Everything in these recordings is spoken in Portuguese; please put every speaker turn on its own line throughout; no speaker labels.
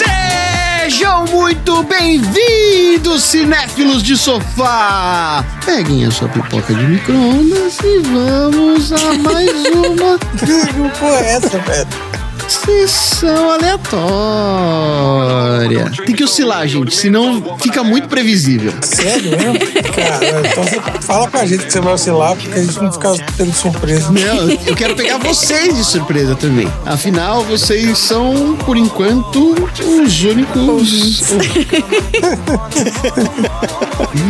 Sejam muito bem-vindos, cinéfilos de sofá! Peguem a sua pipoca de micro-ondas e vamos a mais uma
Que porra é essa, velho?
sessão aleatória. Tem que oscilar, gente, senão fica muito previsível.
Sério mesmo? Cara, então você fala com a gente que você vai oscilar, porque a gente não fica tendo surpresa.
Não, eu quero pegar vocês de surpresa também. Afinal, vocês são, por enquanto, os únicos.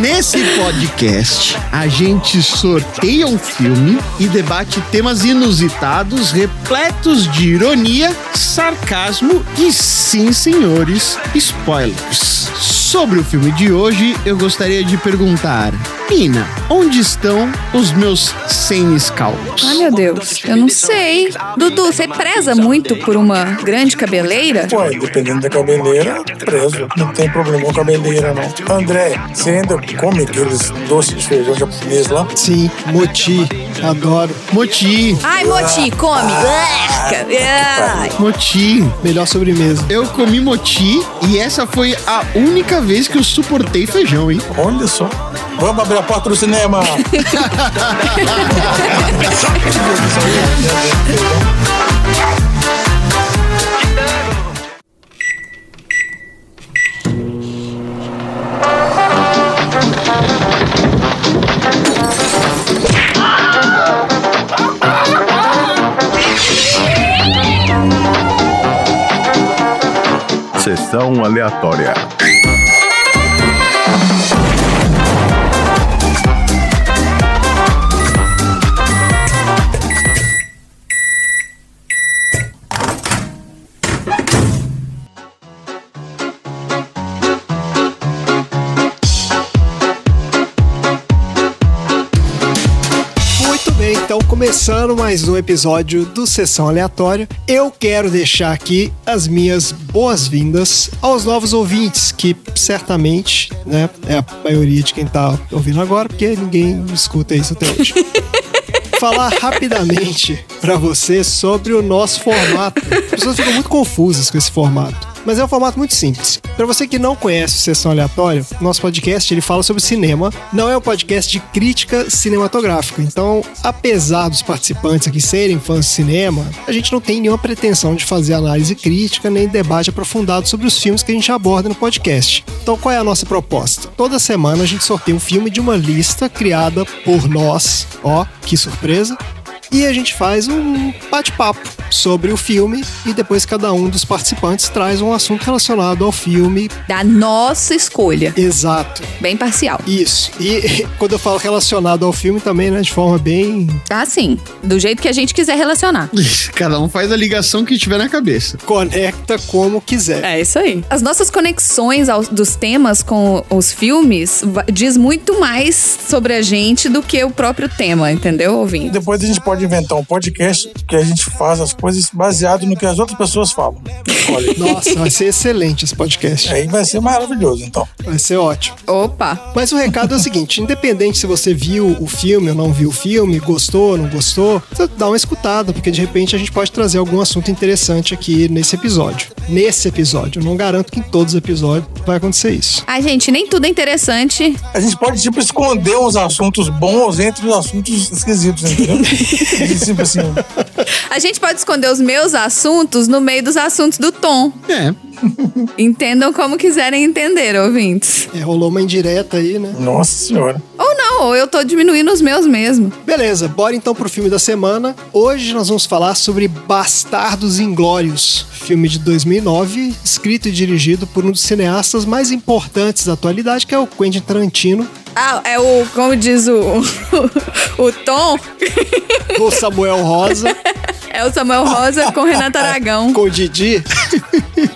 Nesse podcast, a gente sorteia um filme e debate temas inusitados, repletos de ironia, sarcasmo e, sim, senhores, spoilers. Sobre o filme de hoje, eu gostaria de perguntar: Mina, onde estão os meus 100 scalps?
Ai, meu Deus, eu não sei. Dudu, você preza muito por uma grande cabeleira?
Pô, dependendo da cabeleira, preso. Não tem problema com cabeleira, não. André, você ainda come aqueles doces de feijão japonês lá?
Sim, moti. Adoro.
Moti,
Ai, Moti, come. Arca. Ai.
moti.
Melhor sobremesa.
Eu comi moti e essa foi a única vez que eu suportei feijão, hein?
Olha só. Vamos abrir a porta do cinema.
Sessão aleatória.
Muito bem, então começando mais um episódio do Sessão Aleatória, eu quero deixar aqui as minhas boas-vindas aos novos ouvintes, que certamente, né, é a maioria de quem tá ouvindo agora, porque ninguém escuta isso até hoje. Falar rapidamente para você sobre o nosso formato. As pessoas ficam muito confusas com esse formato. Mas é um formato muito simples. Para você que não conhece o Sessão Aleatória, nosso podcast ele fala sobre cinema. Não é um podcast de crítica cinematográfica. Então, apesar dos participantes aqui serem fãs de cinema, a gente não tem nenhuma pretensão de fazer análise crítica nem debate aprofundado sobre os filmes que a gente aborda no podcast. Então, qual é a nossa proposta? Toda semana a gente sorteia um filme de uma lista criada por nós. Ó, que surpresa! E a gente faz um bate-papo sobre o filme e depois cada um dos participantes traz um assunto relacionado ao filme.
Da nossa escolha.
Exato,
Bem parcial.
isso. E quando eu falo relacionado ao filme também, né, de forma bem
Tá sim, do jeito que a gente quiser relacionar.
Cada um faz a ligação que tiver na cabeça.
conecta como quiser.
É isso aí. As nossas conexões aos- dos temas com os filmes va- diz muito mais sobre a gente do que o próprio tema, entendeu, ouvinte?
Depois a gente pode inventar um podcast que a gente faz as coisas baseado no que as outras pessoas falam. Olha,
Nossa, vai ser excelente esse podcast.
aí vai ser maravilhoso, então.
Vai ser ótimo.
Opa!
Mas o recado é o seguinte: independente se você viu o filme ou não viu o filme, gostou ou não gostou, você dá uma escutada, porque de repente a gente pode trazer algum assunto interessante aqui nesse episódio. Nesse episódio. Eu não garanto que em todos os episódios vai acontecer isso.
Ai, gente, nem tudo é interessante.
A gente pode, tipo, esconder uns assuntos bons entre os assuntos esquisitos, entendeu? A gente, tipo assim,
A gente pode esconder os meus assuntos no meio dos assuntos do Tom.
É,
Entendam como quiserem entender, ouvintes.
É, rolou uma indireta aí, né?
nossa senhora.
Ou não, ou eu tô diminuindo os meus mesmo.
Beleza, bora então pro filme da semana. Hoje nós vamos falar sobre Bastardos Inglórios, filme de 2009, escrito e dirigido por um dos cineastas mais importantes da atualidade, que é o Quentin Tarantino,
Ah, é o, como diz o, o, Tom,
o Samuel Rosa,
é o Samuel Rosa com Renato Aragão.
com o Didi.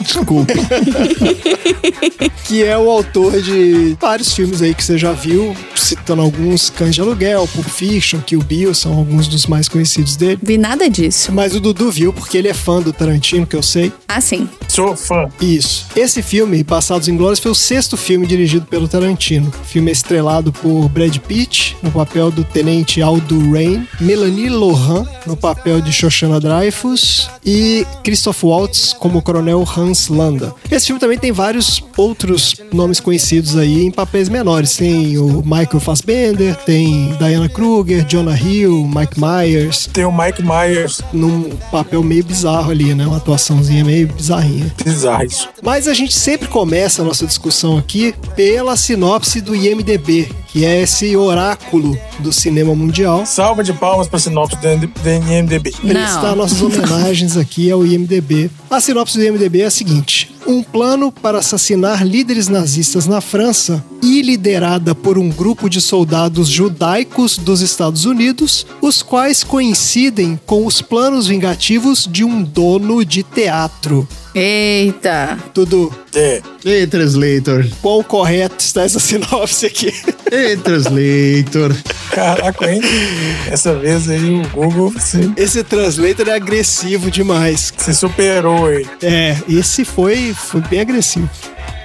desculpa.
que é o autor de vários filmes aí que você já viu, citando alguns Cães de Aluguel, Pulp Fiction, Kill Bill, são alguns dos mais conhecidos dele.
Vi nada disso.
Mas o Dudu viu porque ele é fã do Tarantino, que eu sei.
Ah, sim.
Sou fã.
Isso. Esse filme, Passados Inglórios, foi o sexto filme dirigido pelo Tarantino. O filme é estrelado por Brad Pitt, no papel do tenente Aldo Rain, Melanie Lohan, no papel de Shoshana Dreyfus, e Christoph Waltz como o coronel Hans Landa. Esse filme também tem vários outros nomes conhecidos aí em papéis menores. Tem o Michael Fassbender, tem Diana Kruger, Jonah Hill, Mike Myers,
Tem o Mike Myers.
num papel meio bizarro ali, né? Uma atuaçãozinha meio bizarrinha.
Bizarro isso.
Mas a gente sempre começa a nossa discussão aqui pela sinopse do IMDB, que é esse oráculo do cinema mundial.
Salva de palmas pra sinopse do NMDB.
Prestar nossas homenagens aqui ao IMDB. A sinopse do IMDB é a seguinte: um plano para assassinar líderes nazistas na França e liderada por um grupo de soldados judaicos dos Estados Unidos, os quais coincidem com os planos vingativos de um dono de teatro.
Eita.
Tudo
É.
Ei, translator.
quão correto está essa sinopse aqui?
Ei, translator.
Caraca, hein? Essa vez aí o Google se,
Esse translator é agressivo demais.
se superou, hein?
É, esse foi, foi bem agressivo.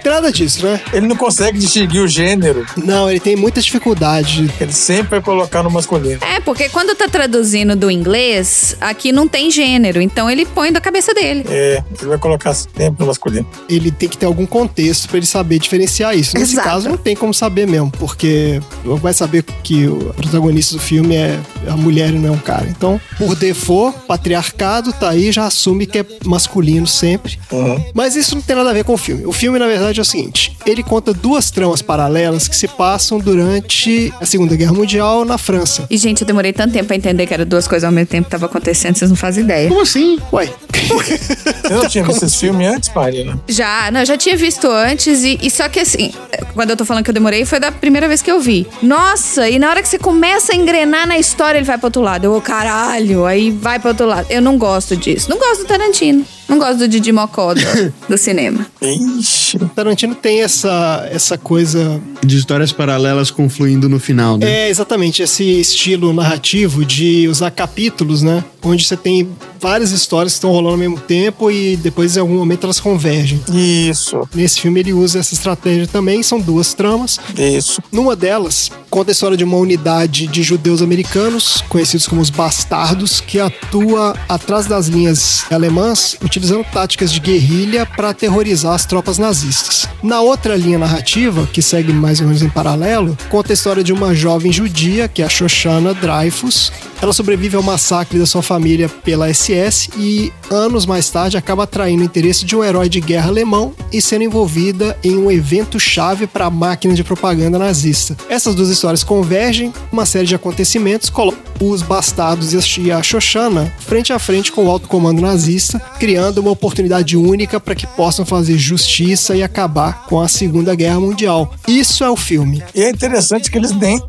Tem Nada disso, né?
Ele não consegue distinguir o gênero.
Não, ele tem muita dificuldade.
Ele sempre vai colocar no masculino.
É, porque quando tá traduzindo do inglês, aqui não tem gênero, então ele põe da cabeça dele.
É, ele vai colocar sempre no masculino.
Ele tem que ter algum contexto pra ele saber diferenciar isso. Nesse
Exato.
caso, não tem como saber mesmo, porque vai saber que o protagonista do filme é a mulher e não é um cara. Então, por default, patriarcado tá aí, já assume que é masculino sempre.
Uhum.
Mas isso não tem nada a ver com o filme. O filme, na verdade, é o seguinte: ele conta duas tramas paralelas que se passam durante a Segunda Guerra Mundial na França.
E, gente, eu demorei tanto tempo pra entender que era duas coisas ao mesmo tempo que tava acontecendo, vocês não fazem ideia.
Como assim?
Ué,
Você não tinha visto esse filme antes, Marina?
Já, não, eu já tinha visto antes e, e só que assim, quando eu tô falando que eu demorei, foi da primeira vez que eu vi. Nossa, e na hora que você começa a engrenar na história, ele vai pro outro lado. Eu, ô, caralho, aí vai pro outro lado. Eu não gosto disso. Não gosto do Tarantino. Não gosto do Didi Mocó do, do cinema.
Ixi.
Tarantino tem essa, essa coisa.
De histórias paralelas confluindo no final, né?
É exatamente esse estilo narrativo de usar capítulos, né? Onde você tem várias histórias que estão rolando ao mesmo tempo e depois em algum momento elas convergem.
Isso.
Nesse filme ele usa essa estratégia também, são duas tramas.
Isso.
Numa delas, conta a história de uma unidade de judeus americanos, conhecidos como os bastardos, que atua atrás das linhas alemãs, utilizando táticas de guerrilha para aterrorizar as tropas nazistas. Na outra linha narrativa, que segue mais ou menos em paralelo, conta a história de uma jovem judia, que é a Shoshana Dreyfus. Ela sobrevive ao massacre da sua família pela SS e, anos mais tarde, acaba atraindo o interesse de um herói de guerra alemão e sendo envolvida em um evento-chave para a máquina de propaganda nazista. Essas duas histórias convergem, uma série de acontecimentos coloca os bastardos e a Shoshana frente a frente com o alto comando nazista, criando uma oportunidade única para que possam fazer justiça e acabar com a Segunda Guerra Mundial. Isso é o filme.
E é interessante que eles nem.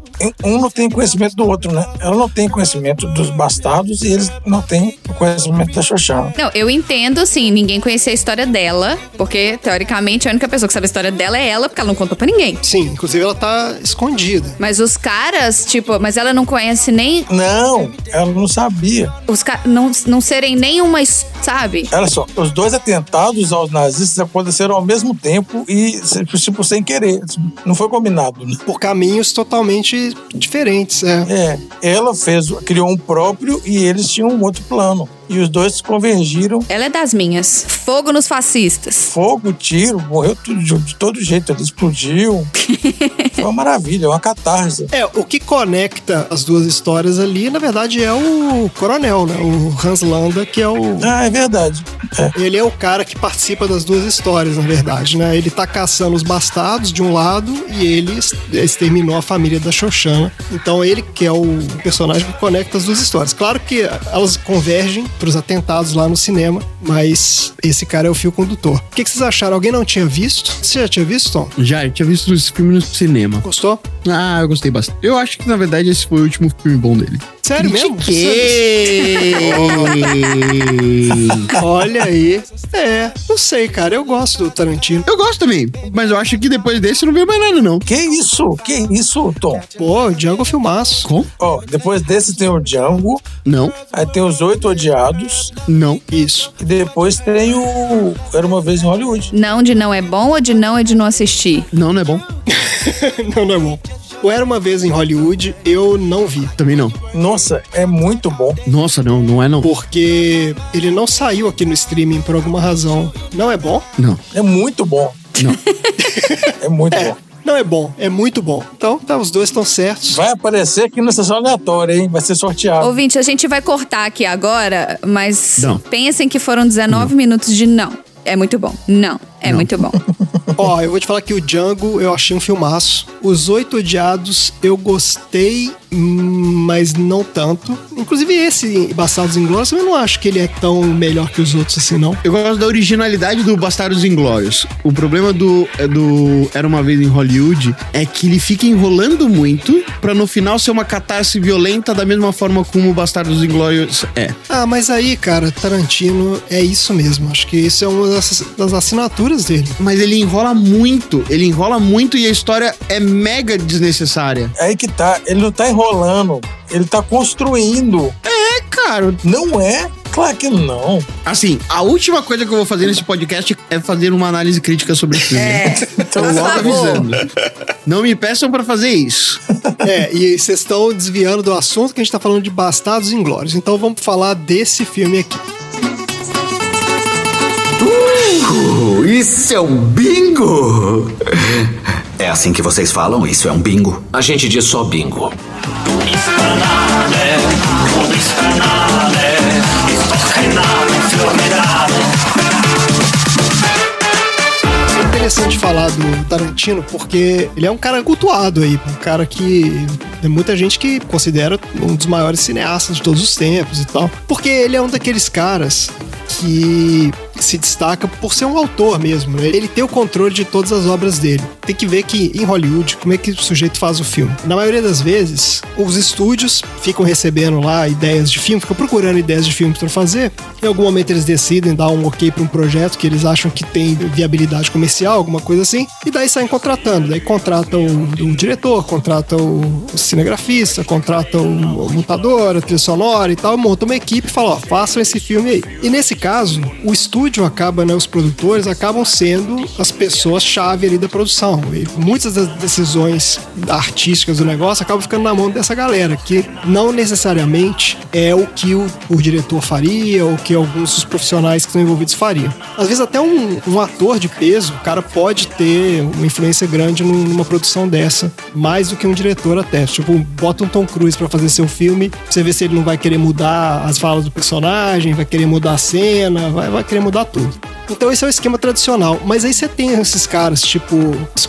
Um não tem conhecimento do outro, né? Ela não tem conhecimento dos bastardos e eles não têm o conhecimento da Xoxana.
Não, eu entendo, assim, ninguém conhecia a história dela, porque, teoricamente, a única pessoa que sabe a história dela é ela, porque ela não contou pra ninguém.
Sim, inclusive ela tá escondida.
Mas os caras, tipo, mas ela não conhece nem.
Não, ela não sabia.
Os caras não, não serem nenhuma. his- Sabe?
Olha só, os dois atentados aos nazistas aconteceram ao mesmo tempo e, tipo, sem querer. Não foi combinado, né?
Por caminhos totalmente diferentes, é.
É, ela fez, criou um próprio e eles tinham um outro plano. E os dois convergiram.
Ela é das minhas. Fogo nos fascistas.
Fogo, tiro, morreu tudo de, de todo jeito, ele explodiu. Foi uma maravilha, uma catarse.
É, o que conecta as duas histórias ali, na verdade, é o coronel, né? O Hans Landa, que é o.
Ah, é verdade. É.
Ele é o cara que participa das duas histórias, na verdade, né? Ele tá caçando os bastardos de um lado e ele ex- exterminou a família da Xoxana. Então ele que é o personagem que conecta as duas histórias. Claro que elas convergem pros atentados lá no cinema, mas esse cara é o fio condutor. O que, que vocês acharam? Alguém não tinha visto? Você já tinha visto, Tom?
Já, eu tinha visto esse filme no cinema.
Gostou?
Ah, eu gostei bastante. Eu acho que, na verdade, esse foi o último filme bom dele.
Sério mesmo?
Critiquei.
Olha aí. É, não sei, cara. Eu gosto do Tarantino.
Eu gosto também, mas eu acho que depois desse não veio mais nada, não.
Que isso? Que isso, Tom?
Pô, o Django é um filmaço.
Com?
Ó, depois desse tem o Django,
Não,
aí tem os Oito Odiados,
não.
Isso.
e depois tem o Era Uma Vez em Hollywood.
Não de não é bom ou de não é de não assistir?
Não, não é bom.
não, não é bom. O Era Uma Vez em Hollywood, eu não vi.
Também não.
Nossa, é muito bom.
Nossa, não, não é não.
Porque ele não saiu aqui no streaming por alguma razão. Não é bom?
Não,
É muito bom.
não.
É muito
É.
bom.
Não é bom, é muito bom. Então, tá, os dois estão certos.
Vai aparecer aqui na sessão aleatória, hein? Vai ser sorteado.
Ouvinte, a gente vai cortar aqui agora, mas
Não.
pensem que foram 19 minutos de não. É muito bom. Não, é muito bom.
Ó, eu vou te falar que o Django eu achei um filmaço. Os Oito Odiados eu gostei, hum, mas não tanto. Inclusive esse, Bastardos Inglórios, eu não acho que ele é tão melhor que os outros assim, não.
Eu gosto da originalidade do Bastardos Inglórios. O problema do, é do Era Uma Vez em Hollywood é que ele fica enrolando muito pra no final ser uma catarse violenta da mesma forma como o Bastardos Inglórios é.
Ah, mas aí, cara, Tarantino é isso mesmo. Acho que isso é uma das, das assinaturas dele.
Mas ele enrola muito, ele enrola muito e a história é mega desnecessária.
Aí que tá, ele não tá enrolando, ele tá construindo.
É, cara.
Não é? Claro que não.
Assim, a última coisa que eu vou fazer nesse podcast é fazer uma análise crítica sobre esse filme. Então,
É, Por
logo
favor.
avisando. Não me peçam pra fazer isso.
É, e vocês estão desviando do assunto que a gente tá falando de Bastardos Inglórios. Então vamos falar desse filme aqui.
Bingo! Isso é um bingo! É assim que vocês falam? Isso é um bingo?
A gente diz só bingo.
interessante falar do Tarantino porque ele é um cara cultuado aí, um cara que tem muita gente que considera um dos maiores cineastas de todos os tempos e tal, porque ele é um daqueles caras que se destaca por ser um autor mesmo, né? Ele tem o controle de todas as obras dele. Tem que ver que em Hollywood, como é que o sujeito faz o filme? Na maioria das vezes, os estúdios ficam recebendo lá ideias de filme, ficam procurando ideias de filmes para fazer. Em algum momento eles decidem dar um ok para um projeto que eles acham que tem viabilidade comercial, alguma coisa assim, e daí saem contratando. Daí contratam o, o diretor, contratam o, o cinegrafista, contratam o, o montador, a trilha sonora e tal, montam uma equipe e falam, ó, façam esse filme aí. E nesse caso, o estúdio acaba, né, os produtores acabam sendo as pessoas-chave ali da produção. E muitas das decisões artísticas do negócio acabam ficando na mão dessa galera, que não necessariamente é o que o, o diretor faria ou que alguns dos profissionais que estão envolvidos fariam. Às vezes até um, um ator de peso, o cara pode ter uma influência grande num- numa produção dessa, mais do que um diretor até. Tipo, bota um Tom Cruise pra fazer seu filme, pra você vê se ele não vai querer mudar as falas do personagem, vai querer mudar a cena, vai, vai querer mudar tudo. Então esse é o esquema tradicional, mas aí você tem esses caras tipo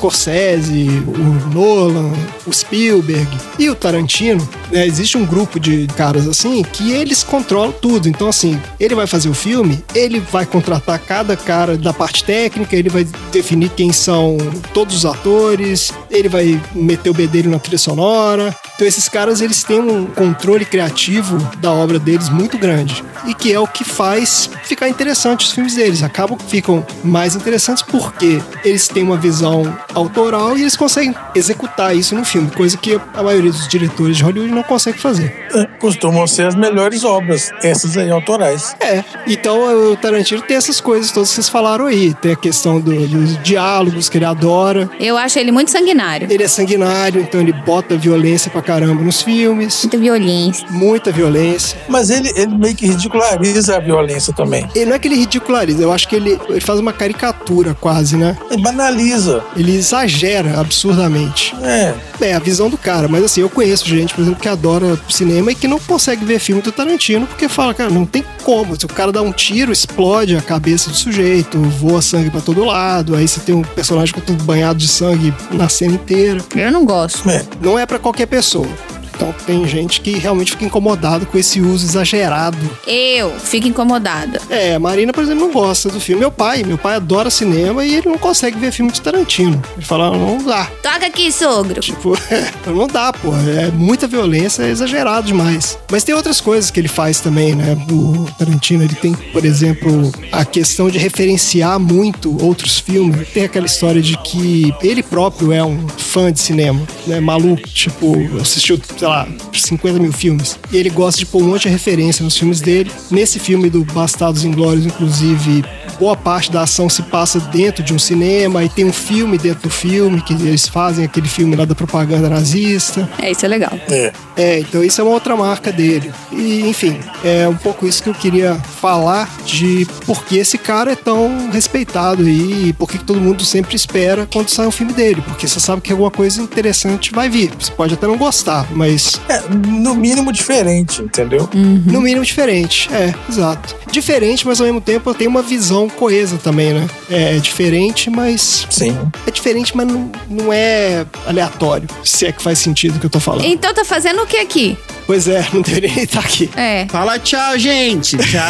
Scorsese, o Nolan, o Spielberg e o Tarantino, né? Existe um grupo de caras assim que eles controlam tudo. Então assim, ele vai fazer o filme, ele vai contratar cada cara da parte técnica, ele vai definir quem são todos os atores, ele vai meter o bedelho na trilha sonora. Então esses caras eles têm um controle criativo da obra deles muito grande e que é o que faz ficar interessante os filmes deles. Acabam que ficam mais interessantes porque eles têm uma visão autoral e eles conseguem executar isso no filme, coisa que a maioria dos diretores de Hollywood não consegue fazer.
É, Costumam ser as melhores obras, essas aí autorais.
É, então o Tarantino tem essas coisas todas que vocês falaram aí. Tem a questão do- dos diálogos que ele adora.
Eu acho ele muito sanguinário.
Ele é sanguinário, então ele bota violência pra caramba nos filmes.
Muito violência.
Muita violência.
Mas ele, ele meio que ridiculariza a violência também.
E não é que ele ridiculariza, eu acho que ele, ele faz uma caricatura quase, né?
Ele banaliza.
Ele exagera absurdamente.
É.
É a visão do cara, mas assim, eu conheço gente, por exemplo, que adora cinema e que não consegue ver filme do Tarantino porque fala, cara, não tem como. Se o cara dá um tiro, explode a cabeça do sujeito, voa sangue pra todo lado, aí você tem um personagem que é todo banhado de sangue na cena inteira.
Eu não gosto.
é.
Não é pra qualquer pessoa. Então tem gente que realmente fica incomodado com esse uso exagerado.
Eu fico incomodada.
É, a Marina, por exemplo, não gosta do filme. Meu pai, meu pai adora cinema e ele não consegue ver filme de Tarantino. Ele fala, não dá.
Toca aqui, sogro.
Tipo, não dá, pô. É muita violência, é exagerado demais. Mas tem outras coisas que ele faz também, né? O Tarantino, ele tem, por exemplo, a questão de referenciar muito outros filmes. Tem aquela história de que ele próprio é um fã de cinema, né? Maluco, tipo, assistiu, sei lá, 50 mil filmes. E ele gosta de pôr um monte de referência nos filmes dele. Nesse filme do Bastardos Inglórios, inclusive, boa parte da ação se passa dentro de um cinema e tem um filme dentro do filme, que eles fazem aquele filme lá da propaganda nazista.
É, isso é legal.
É.
É, então isso é uma outra marca dele. E, enfim, é um pouco isso que eu queria falar de por que esse cara é tão respeitado aí e por que que todo mundo sempre espera quando sai um filme dele. Porque você sabe que alguma coisa interessante vai vir. Você pode até não gostar, mas
É, no mínimo diferente, entendeu?
no mínimo diferente. É, exato. Diferente, mas ao mesmo tempo tem uma visão coesa também, né? É diferente, mas.
Sim.
É diferente, mas não, não é aleatório, se é que faz sentido o que eu tô falando.
Então tá fazendo o que aqui?
Pois é, não deveria nem estar aqui.
É.
Fala tchau, gente. Tchau.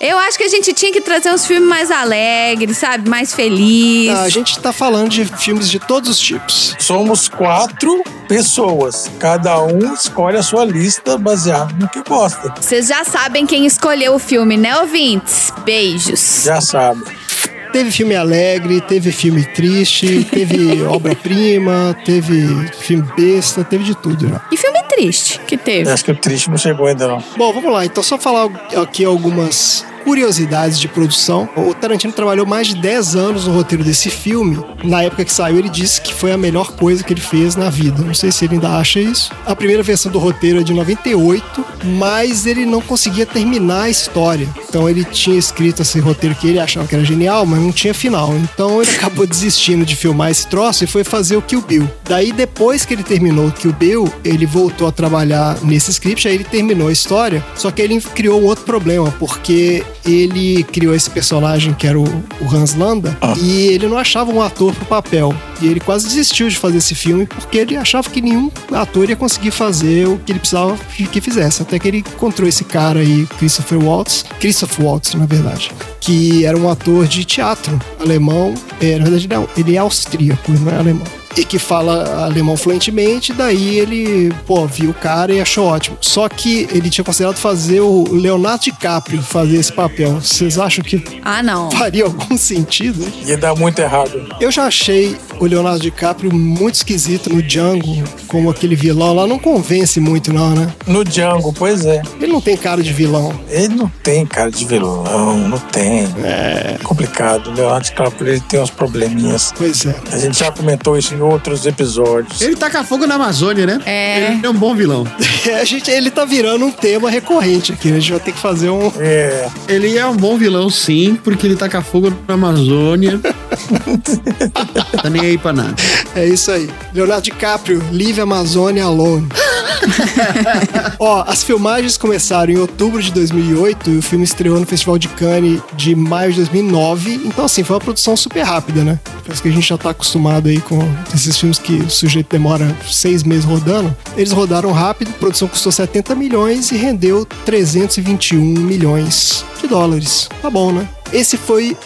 Eu acho que a gente tinha que trazer uns filmes mais alegres, sabe? Mais felizes.
A gente tá falando de filmes de todos os tipos.
Somos quatro pessoas. Cada um escolhe a sua lista baseado no que gosta.
Vocês já sabem quem escolheu o filme, né, ouvintes? Beijos.
Já sabe.
Teve filme alegre, teve filme triste, teve obra-prima, teve filme besta, teve de tudo né? já.
E filme triste que teve.
Acho que o triste não chegou ainda, não.
Bom, vamos lá. Então, só falar aqui algumas curiosidades de produção. O Tarantino trabalhou mais de 10 anos no roteiro desse filme. Na época que saiu, ele disse que foi a melhor coisa que ele fez na vida. Não sei se ele ainda acha isso. A primeira versão do roteiro é de 98, mas ele não conseguia terminar a história. Então, ele tinha escrito esse roteiro que ele achava que era genial, mas não tinha final. Então, ele acabou desistindo de filmar esse troço e foi fazer o Kill Bill. Daí, depois que ele terminou o Kill Bill, ele voltou a trabalhar nesse script, aí ele terminou a história, só que ele criou um outro problema, porque ele criou esse personagem que era o, o Hans Landa, e ele não achava um ator pro papel. E ele quase desistiu de fazer esse filme, porque ele achava que nenhum ator ia conseguir fazer o que ele precisava que que fizesse. Até que ele encontrou esse cara aí, Christopher Waltz, Christopher Waltz, na verdade, que era um ator de teatro alemão, é, na verdade não, ele é austríaco, não é alemão e que fala alemão fluentemente, daí ele, pô, viu o cara e achou ótimo. Só que ele tinha considerado fazer o Leonardo DiCaprio fazer esse papel. Vocês acham que
Ah, não.
faria algum sentido?
Ia dar muito errado.
Eu já achei o Leonardo DiCaprio muito esquisito no Django, como aquele vilão lá. Não convence muito, não, né?
No Django, pois é.
Ele não tem cara de vilão.
Ele não tem cara de vilão, não tem. É complicado. O Leonardo DiCaprio ele tem uns probleminhas.
Pois é.
A gente já comentou isso em outros episódios.
Ele taca fogo na Amazônia, né?
É.
Ele é um bom vilão.
A gente, ele tá virando um tema recorrente aqui. né? A gente vai ter que fazer um.
É,
Ele é um bom vilão, sim, porque ele taca fogo na Amazônia. tá nem aí pra nada.
É isso aí. Leonardo DiCaprio, Leave Amazônia Alone. Ó, as filmagens começaram em outubro de 2008 e o filme estreou no Festival de Cannes de maio de 2009. Então, assim, foi uma produção super rápida, né? Parece que a gente já tá acostumado aí com esses filmes que o sujeito demora seis meses rodando. Eles rodaram rápido, a produção custou 70 milhões e rendeu 321 milhões de dólares. Tá bom, né? Esse foi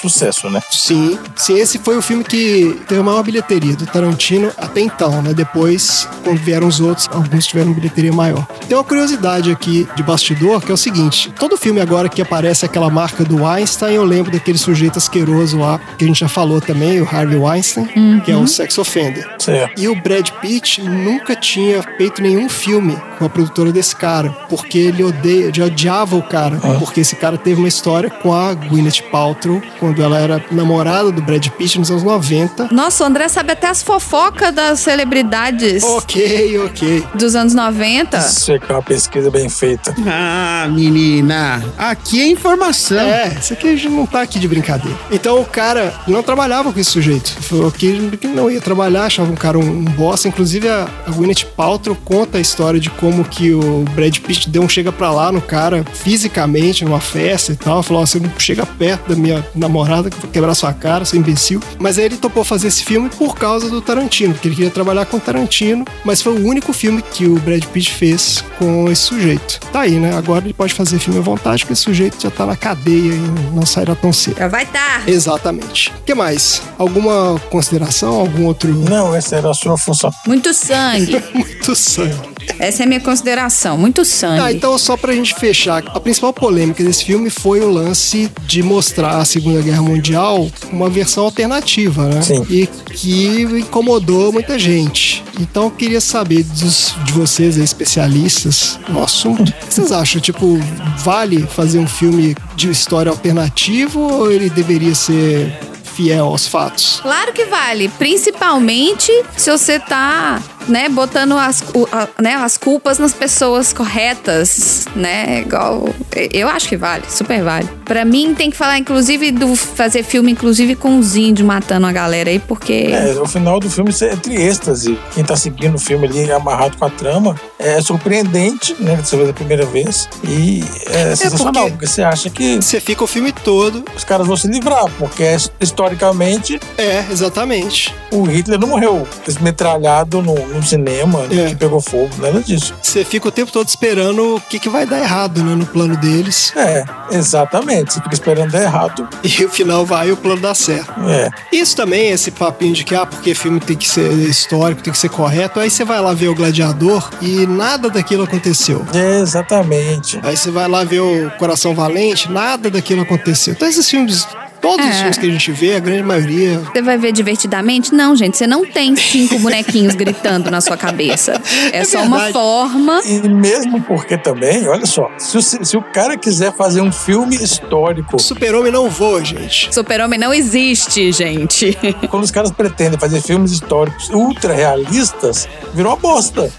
sucesso, né?
Sim, sim, esse foi o filme que teve a maior bilheteria do Tarantino até então, né? Depois, quando vieram os outros, alguns tiveram bilheteria maior. Tem uma curiosidade aqui de bastidor, que é o seguinte: todo filme agora que aparece aquela marca do Einstein, eu lembro daquele sujeito asqueroso lá, que a gente já falou também, o Harvey Weinstein, que é o sex offender.
Certo.
E o Brad Pitt nunca tinha feito nenhum filme com a produtora desse cara, porque ele odeia, ele odiava o cara, porque esse cara teve uma história com a Gwyneth Paltrow quando ela era namorada do Brad Pitt nos anos 90.
Nossa, o André sabe até as fofocas das celebridades
Ok, ok.
dos anos 90.
Isso é que é uma pesquisa bem feita.
Ah, menina. Aqui é informação.
É, isso aqui a gente não tá aqui de brincadeira. Então o cara não trabalhava com esse sujeito. Falou que ele não ia trabalhar, achava um cara um, um bosta. Inclusive a, a Gwyneth Paltrow conta a história de como que o Brad Pitt deu um chega pra lá no cara fisicamente, numa festa e tal. Falou, ó, você não chega perto da minha namorada, que vou quebrar sua cara, seu imbecil. Mas aí ele topou fazer esse filme por causa do Tarantino, porque ele queria trabalhar com o Tarantino, mas foi o único filme que o Brad Pitt fez com esse sujeito. Tá aí, né? Agora ele pode fazer filme à vontade, porque esse sujeito já tá na cadeia e não sairá tão cedo.
Já vai tá. estar.
Exatamente. O que mais? Alguma consideração? Algum outro.
Não, essa era a sua função.
Muito sangue.
Muito sangue.
Essa é a minha consideração. Muito sangue.
Tá, então só pra gente fechar, a principal polêmica desse filme foi o lance de mostrar a Segunda Guerra Mundial uma versão alternativa, né?
Sim.
E que incomodou muita gente. Então eu queria saber dos- de vocês, aí, especialistas, no assunto. O que vocês acham? Tipo, vale fazer um filme de história alternativa ou ele deveria ser fiel aos fatos?
Claro que vale, principalmente se você tá, né, botando as, cu- a- né, as culpas nas pessoas corretas, né, igual... Eu acho que vale, super vale. Pra mim tem que falar, inclusive, do fazer filme, inclusive, com os índios matando a galera aí, porque...
É, o final do filme é entre êxtase. Quem tá seguindo o filme ali amarrado com a trama é surpreendente, né? Você vê da primeira vez. E é sensacional,
porque-
porque... você acha que
Você fica o filme todo.
os caras vão se livrar, porque historicamente
É, exatamente.
o Hitler não morreu esmetralhado no, no cinema,
É.
que pegou fogo, nada disso.
Você fica o tempo todo esperando o que, que vai dar errado né, no plano deles.
É, exatamente. Você fica esperando dar errado.
E o final vai e o plano dá certo.
É.
Isso também, esse papinho de que, ah, porque filme tem que ser histórico, tem que ser correto. Aí você vai lá ver o Gladiador e nada daquilo aconteceu.
É, Exatamente.
Aí você vai lá ver o Coração Valente, nada daquilo aconteceu. Então esses filmes, todos os
É.
filmes que a gente vê, a grande maioria.
Você vai ver divertidamente? Não, gente, você não tem cinco bonequinhos gritando na sua cabeça. É,
É
só uma
verdade.
forma.
E mesmo porque também, olha só, se, o- se o cara quiser fazer um filme histórico,
Super-Homem não voa, gente.
Super-homem não existe, gente.
quando os caras pretendem fazer filmes históricos ultra realistas, virou uma bosta.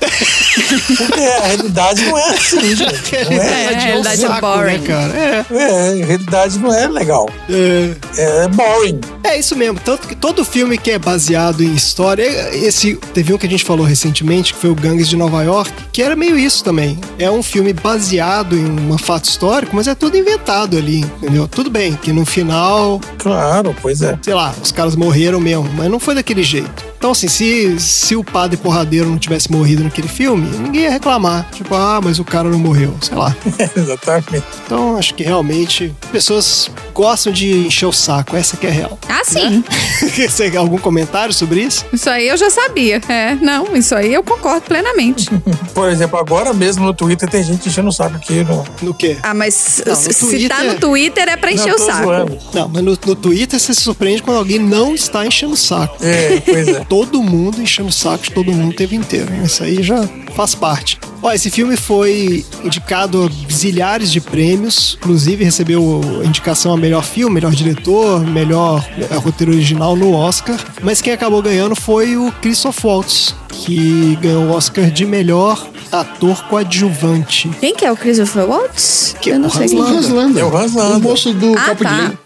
Porque a realidade não é assim, gente. Não é,
a realidade é
um saco,
boring.
né, cara? É,
é, a realidade não é legal.
é.
É boring.
É isso mesmo, tanto que todo filme que é baseado em história, esse teve um que a gente falou recentemente, que foi o Gangues de Nova York, que era meio isso também. É um filme baseado em um fato histórico, mas é tudo inventado ali, entendeu? Tudo bem que no final,
Claro, pois é.
sei lá, os caras morreram mesmo, mas não foi daquele jeito. Então assim, se, se o padre porradeiro não tivesse morrido naquele filme, ninguém ia reclamar. Tipo, ah, mas o cara não morreu, sei lá.
Exatamente.
Então acho que realmente pessoas gostam de encher o saco, essa que é a real.
Ah, sim.
Você tem algum comentário sobre isso?
Isso aí eu já sabia. É, não, isso aí eu concordo plenamente.
Por exemplo, agora mesmo no Twitter tem gente enchendo o saco aqui. No...
No quê?
Ah, mas
Não,
se,
no
se
Twitter-
tá no Twitter é pra encher
Não,
o
tô
saco.
zoando.
Não, mas no, no Twitter você se surpreende quando alguém não está enchendo o saco.
É, pois é.
Todo mundo enchendo o saco de todo mundo o tempo inteiro. Isso aí já faz parte. Ó, esse filme foi indicado a zilhares de prêmios, inclusive recebeu a indicação a melhor filme, melhor diretor, melhor eh, roteiro original no Oscar. Mas quem acabou ganhando foi o Christoph Waltz, que ganhou o Oscar de melhor ator coadjuvante.
Quem que é o Christopher Waltz?
Que
eu não sei quem
porra,
O Hans Landa.
É o Hans Landa.
O moço do
Ah,
Copo de
tá.
Lei.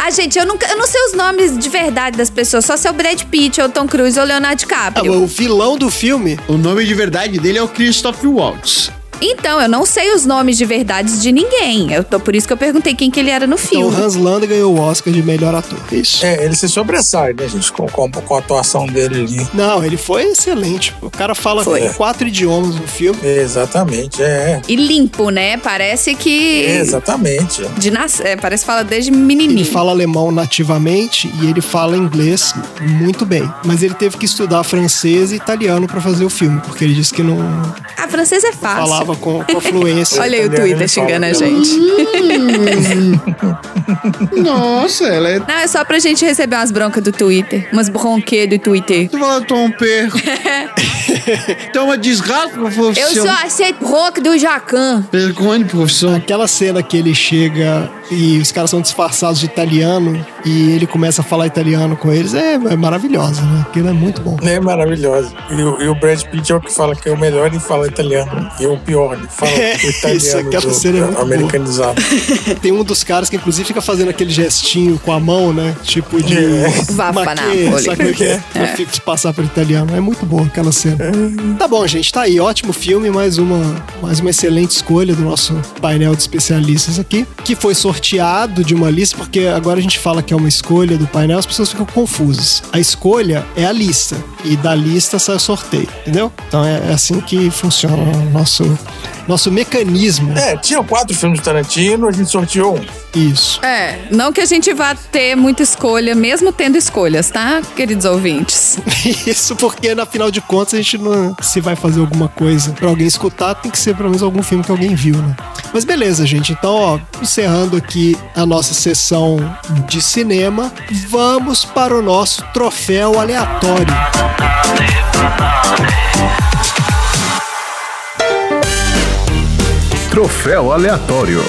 Ah, gente, eu, nunca, eu não sei os nomes de verdade das pessoas. Só se é o Brad Pitt, ou o Tom Cruise, ou o Leonardo
Ah,
DiCaprio.
o vilão do filme
O nome de verdade dele é o Christoph Waltz.
Então, eu não sei os nomes de verdade de ninguém. Eu tô, por isso que eu perguntei quem que ele era no
Então,
filme.
o Hans Landa ganhou o Oscar de melhor ator. Isso.
É, ele se sobressai, né, gente, com, com, com a atuação dele ali.
Não, ele foi excelente. O cara fala
Foi.
quatro idiomas no filme.
Exatamente, é.
E limpo, né? Parece que...
Exatamente.
De nas... é, parece que fala desde
Ele
menininho.
fala alemão nativamente e ele fala inglês muito bem. Mas ele teve que estudar francês e italiano pra fazer o filme, porque ele disse que não
A francesa é fácil.
falava com, com fluência.
Olha aí o
Italiano,
Twitter
ele fala
xingando a
italiano.
gente.
Nossa, ela é.
Não, é só pra gente receber umas broncas do Twitter. Umas bronquê do Twitter.
Tu fala Tom Perro. Toma desgaste,
Eu
profissão.
só aceito bronca do Jacan.
Vergonha, profissão.
Então, Aquela cena que ele chega e os caras são disfarçados de italiano e ele começa a falar italiano com eles é, é maravilhosa, né? Aquilo é muito bom.
É maravilhoso. E, o- e o Brad Pitt é o que fala que é o melhor em falar italiano. E é o pior, ele fala
É,
o italiano
isso, aquela
do-
cena é muito boa.
americanizado.
Tem um dos caras que inclusive fica fazendo aquele gestinho com a mão, né? Tipo de.
Vá pra
maquê,
Nápoles.
Sabe como é que é? Pra fi- passar por italiano. É muito boa aquela cena. Tá bom, gente. Tá aí. Ótimo filme. Mais uma, mais uma excelente escolha do nosso painel de especialistas aqui. Que foi sorteado sorteado de uma lista, porque agora a gente fala que é uma escolha do painel, as pessoas ficam confusas. A escolha é a lista, e da lista sai o sorteio, entendeu? Então é, é assim que funciona o nosso, nosso mecanismo.
É, tinha quatro filmes do Tarantino, a gente sorteou um.
Isso.
É, não que a gente vá ter muita escolha, mesmo tendo escolhas, tá, queridos ouvintes?
Isso porque, na final de contas, a gente não. Se vai fazer alguma coisa pra alguém escutar, tem que ser pelo menos algum filme que alguém viu, né? Mas beleza, gente. Então, ó, encerrando aqui a nossa sessão de cinema, vamos para o nosso troféu aleatório.
Troféu aleatório.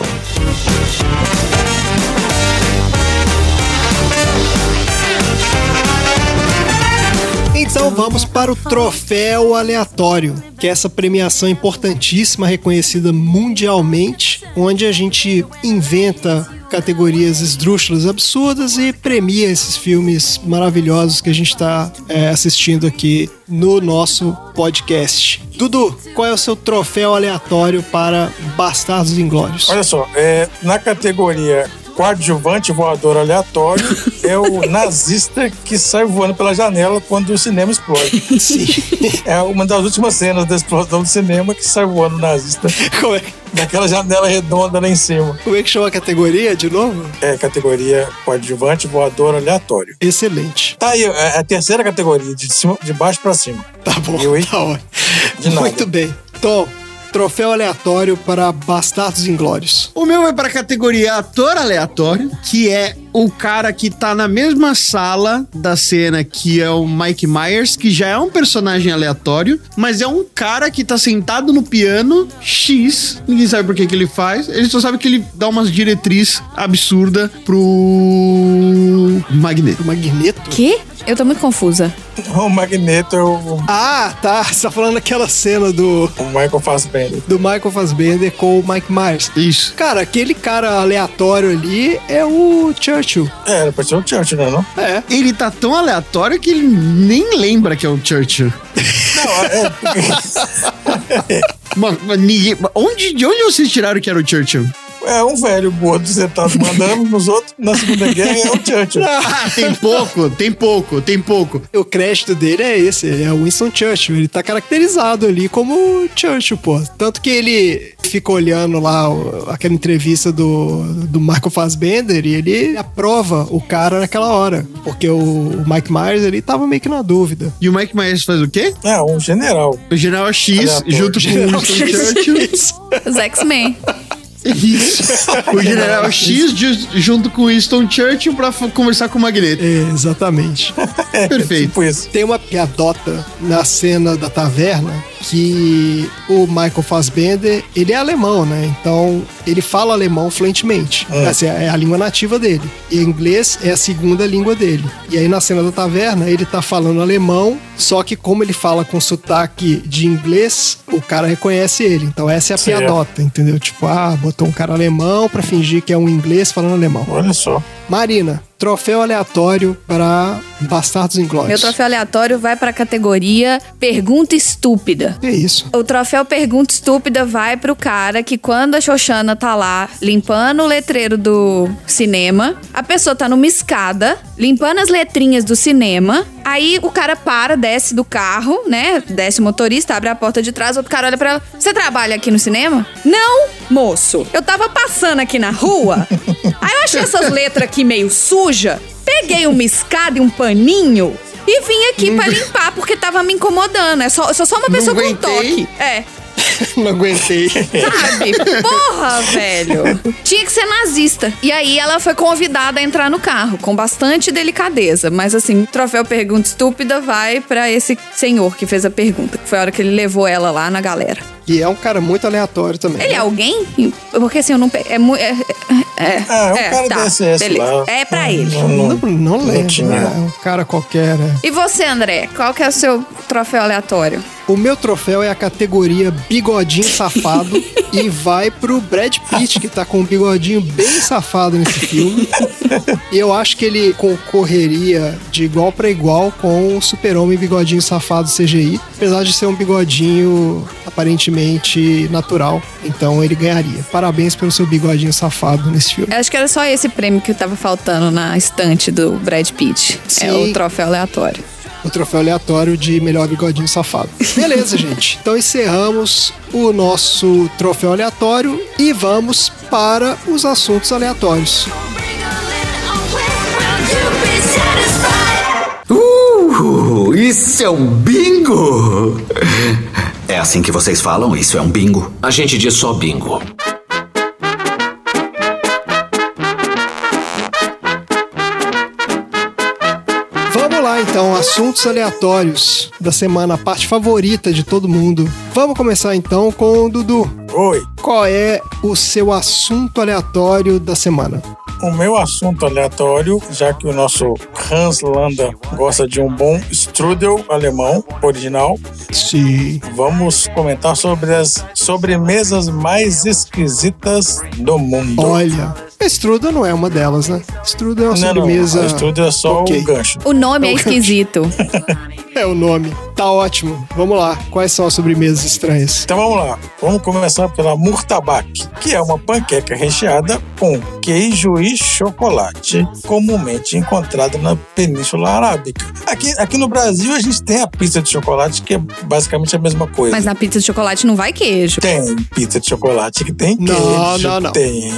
Então vamos para o troféu aleatório, que é essa premiação importantíssima, reconhecida mundialmente, onde a gente inventa categorias esdrúxulas absurdas e premia esses filmes maravilhosos que a gente está assistindo aqui no nosso podcast. Dudu, qual é o seu troféu aleatório para Bastardos Inglórios?
Olha só, é, na categoria coadjuvante voador aleatório é o nazista que sai voando pela janela quando o cinema explode.
Sim.
É uma das últimas cenas da explosão do cinema que sai voando o nazista
Como é,
daquela janela redonda lá em cima.
como é que chama a categoria de novo?
É categoria coadjuvante voador aleatório.
Excelente.
Tá aí, é a terceira categoria, de, cima, de baixo pra cima.
Tá bom,
Eu, hein?
tá ótimo.
De nada.
Muito bem. Tom, troféu aleatório para Bastardos Inglórios.
O meu é para a categoria ator aleatório, que é o cara que tá na mesma sala da cena que é o Mike Myers, que já é um personagem aleatório, mas é um cara que tá sentado no piano X, ninguém sabe por que que ele faz, ele só sabe que ele dá umas diretriz absurda pro Magneto.
O Magneto?
Que? Eu tô muito confusa.
O Magneto é o,
Ah, tá. Você tá falando aquela cena do,
o Michael Fassbender.
do Michael Fassbender com o Mike Myers.
Isso.
Cara, aquele cara aleatório ali é o Churchill.
É, era pra ser o Churchill, né? Não?
É.
Ele tá tão aleatório que ele nem lembra que é o Churchill.
Não, é,
Mano, mas ninguém- onde, de onde vocês tiraram que era o Churchill?
É um velho gordo sentado mandando nos outros na Segunda Guerra é o Churchill.
Ah, tem pouco, tem pouco, tem pouco.
O crédito dele é esse, ele é o Winston Churchill. Ele tá caracterizado ali como Churchill, pô. Tanto que ele fica olhando lá o- aquela entrevista do, do Michael Fassbender e ele aprova o cara naquela hora. Porque o, o Mike Myers, ele tava meio que na dúvida.
E o Mike Myers faz o quê?
É, um general.
O General X
Aleatório.
junto com o
General
Winston
X.
Churchill.
Isso.
Os X-Men.
Isso. O General X ju- junto com o Winston Churchill pra f- conversar com o Magneto.
É, exatamente.
Perfeito.
Tipo isso.
Tem uma piadota na cena da taverna que o Michael Fassbender, ele é alemão, né? Então, ele fala alemão fluentemente. Essa é a língua nativa dele. E inglês é a segunda língua dele. E aí, na cena da taverna, ele tá falando alemão, só que como ele fala com sotaque de inglês, o cara reconhece ele. Então, essa é a
Certo.
piadota, entendeu? Tipo, ah, botou um cara alemão pra fingir que é um inglês falando alemão.
Olha só.
Marina, troféu aleatório pra Bastardos Inglórios.
Meu troféu aleatório vai pra categoria Pergunta Estúpida.
É isso.
O troféu Pergunta Estúpida vai pro cara que quando a Xoxana tá lá limpando o letreiro do cinema, a pessoa tá numa escada, limpando as letrinhas do cinema, aí o cara para, desce do carro, né? Desce o motorista, abre a porta de trás, outro cara olha pra ela. Você trabalha aqui no cinema? Não, moço. Eu tava passando aqui na rua, aí eu achei essas letras aqui meio suja, peguei uma escada e um paninho... E vim aqui pra limpar, porque tava me incomodando. É só, eu sou só uma pessoa com
aguentei.
toque. É,
Não aguentei.
sabe? Porra, velho. Tinha que ser nazista. E aí ela foi convidada a entrar no carro, com bastante delicadeza. Mas assim, troféu pergunta estúpida vai pra esse senhor que fez a pergunta. que Foi a hora que ele levou ela lá na galera.
E é um cara muito aleatório também.
Ele é alguém? Porque assim, eu não... pe- É muito... É, é,
Ah, é um cara do SS lá. Uhum.
É pra
Não-
ele.
não-
Não, não lembro.
tinha.
né? É um cara qualquer, né?
E você, André? Qual que é o seu troféu aleatório?
O meu troféu é a categoria bigodinho safado e vai pro Brad Pitt, que tá com um bigodinho bem safado nesse filme. E eu acho que ele concorreria de igual pra igual com o super-homem bigodinho safado CGI. Apesar de ser um bigodinho completamente natural. Então ele ganharia. Parabéns pelo seu bigodinho safado nesse filme.
Eu acho que era só esse prêmio que tava faltando na estante do Brad Pitt. É
Sim.
o troféu aleatório.
o Um troféu aleatório de melhor bigodinho safado. Beleza, gente. Então encerramos o nosso troféu aleatório e vamos para os assuntos aleatórios.
Uh, isso é um bingo! É assim que vocês falam? Isso é um bingo?
A gente diz só bingo.
Vamos lá então, assuntos aleatórios da semana, a parte favorita de todo mundo. Vamos começar então com o Dudu.
Oi.
Qual é o seu assunto aleatório da semana?
O meu assunto aleatório, já que o nosso Hans Landa gosta de um bom strudel alemão original,
Sim.
vamos comentar sobre as sobremesas mais esquisitas do mundo.
Olha, a strudel não é uma delas, né? Strudel é uma sobremesa.
Não, não. Strudel é só
Ok.
o gancho.
O nome é esquisito.
É o nome. Tá ótimo. Vamos lá. Quais são as sobremesas estranhas?
Então vamos lá, vamos começar pela murtabak, que é uma panqueca recheada com queijo e chocolate, comumente encontrada na Península Arábica. Aqui, aqui no Brasil a gente tem a pizza de chocolate, que é basicamente a mesma coisa.
Mas na pizza de chocolate não vai queijo.
Tem pizza de chocolate que tem queijo.
Não, não, não.
Tem.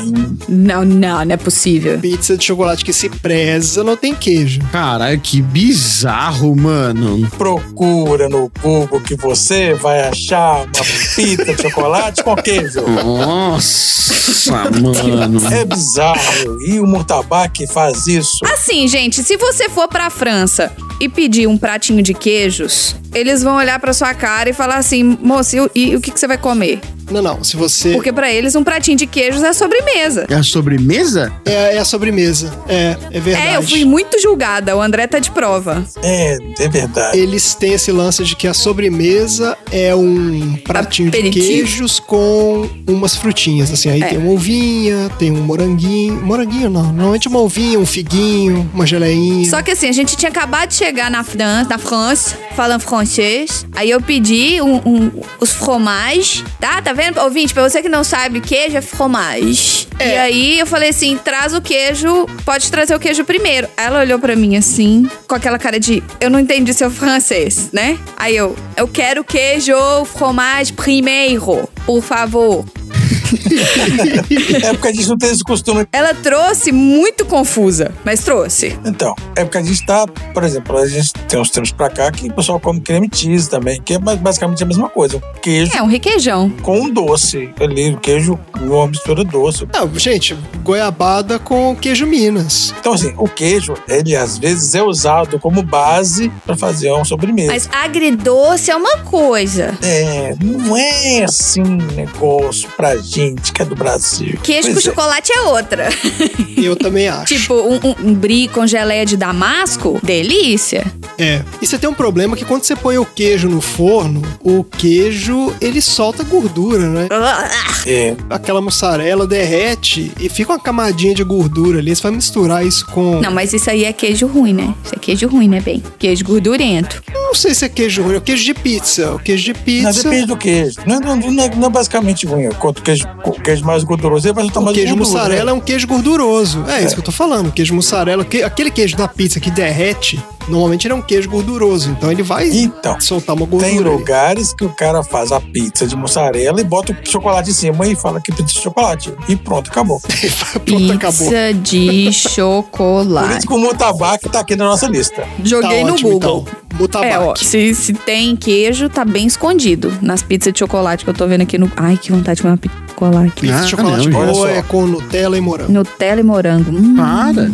Não, não, não é possível.
Pizza de chocolate que se preza não tem queijo.
Caralho, que bizarro, mano.
Procura no Google que você vai achar uma pizza de chocolate com queijo.
Nossa, mano.
É bizarro. E o Murtabak faz isso.
Assim, gente, se você for pra França e pedir um pratinho de queijos, eles vão olhar pra sua cara e falar assim: moça, e, o- e o que, que você vai comer?
Não, não. Se você.
Porque pra eles, um pratinho de queijos é sobremesa.
É a sobremesa?
É, é a sobremesa. É, é verdade.
É, eu fui muito julgada. O André tá de prova.
É, é verdade.
Eles têm esse lance de que a sobremesa é um pratinho
Aperitivo. É.
de queijos com umas frutinhas. Assim, aí tem uma uvinha, tem um moranguinho. Moranguinho não. Normalmente uma uvinha, um figuinho, uma geleinha.
Só que assim, a gente tinha acabado de chegar na França, na França, falando francês. Aí eu pedi um- um- os fromages, tá? Tá vendo? Ouvinte, pra você que não sabe, queijo é fromage. E aí eu falei assim, traz o queijo, pode trazer o queijo primeiro. Aí Ela olhou pra mim assim, com aquela cara de, eu não entendi seu francês, né? Aí eu, eu quero queijo, fromage primeiro, por favor.
É porque a gente não tem esse costume.
Ela trouxe muito confusa, mas trouxe.
Então, é porque a gente tá, por exemplo, a gente tem uns tempos pra cá que o pessoal come creme cheese também, que é ba- basicamente a mesma coisa. Queijo
É um requeijão.
com doce. Ali, o queijo, uma mistura doce.
Não, gente, goiabada com queijo Minas.
Então, assim, o queijo, ele às vezes é usado como base pra fazer uma sobremesa.
Mas agridoce é uma coisa.
É, não é assim um negócio pra gente que é do Brasil.
Queijo
Pois
com
é.
chocolate é outra.
Eu também acho.
tipo, um, um, um brie com geleia de damasco, delícia.
É. E você tem um problema que quando você põe o queijo no forno, o queijo ele solta gordura, né?
É,
Aquela mussarela derrete e fica uma camadinha de gordura ali. Você vai misturar isso com.
Não, mas isso aí é queijo ruim, né? Isso é queijo ruim, né, bem? Queijo gordurento.
Não sei se é queijo ruim, é o queijo de pizza. O queijo de
não,
pizza.
depende do queijo. Não, é- não- não é, não é basicamente ruim. Quanto o queijo, o queijo mais gorduroso, ele vai soltar
O
mais
queijo
gordura,
mussarela
né?
é um queijo gorduroso. É, isso que eu tô falando. O queijo mussarela, que- aquele queijo da pizza que derrete, normalmente ele é um queijo gorduroso. Então ele vai
Então,
soltar uma
Tem
gordura. ali.
lugares que o cara faz a pizza de mussarela e bota o chocolate em cima e fala que é pizza de chocolate. E pronto, acabou.
Pronto, acabou.
Pizza de
Por
chocolate.
isso que o mutabaque tá aqui na nossa lista.
Joguei
tá
no
ótimo,
Google.
Então. Mutabaque.
É, ó, se, se tem queijo, tá bem escondido. Nas pizzas de chocolate que eu tô vendo aqui no. Ai, que vontade de comer uma pizza de chocolate.
Pizza
Ah,
de chocolate
não,
olha
boa
só.
é com Nutella e morango.
Nutella e morango. Hum.
Para.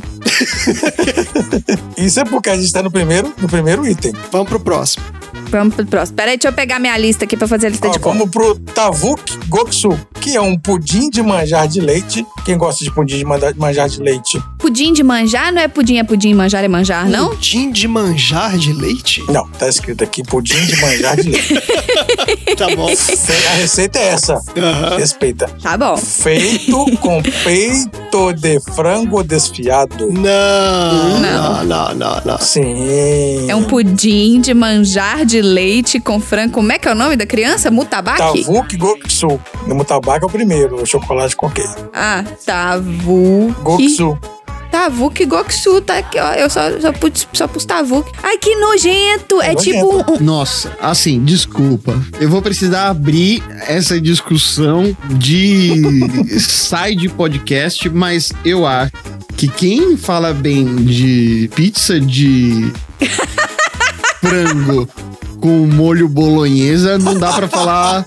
Isso é porque a gente tá no primeiro, no primeiro item.
Vamos pro próximo.
Vamos pro próximo. Peraí, deixa eu pegar minha lista aqui pra fazer a lista
Ó,
de compra.
Então, vamos pro Tavuk Goksu, que é um pudim de manjar de leite. Quem gosta de pudim de manda- manjar de leite?
Pudim de manjar não é pudim, é pudim, manjar é
Hum.
manjar, não?
Pudim de manjar de leite?
Não, tá escrito aqui pudim de manjar de leite.
Tá bom.
A receita é essa.
Aham.
Respeita.
Tá bom.
Feito com peito peito de frango desfiado.
Não, não, não, não, não.
Sim.
É um pudim de manjar de leite com frango. Como é que é o nome da criança? Mutabaki?
Tavuk Goksu. No Mutabak é o primeiro, o chocolate com queijo.
Ah, Tavuki.
Goksu.
Tavuki Goksu. Tá aqui, ó. Eu só, só, pus, só pus Tavuki. Ai, que nojento. É,
É
tipo
nojento.
um, um-
Nossa, assim, desculpa. Eu vou precisar abrir essa discussão de side podcast, mas eu acho que quem fala bem de pizza de frango com molho bolonhesa, não dá pra falar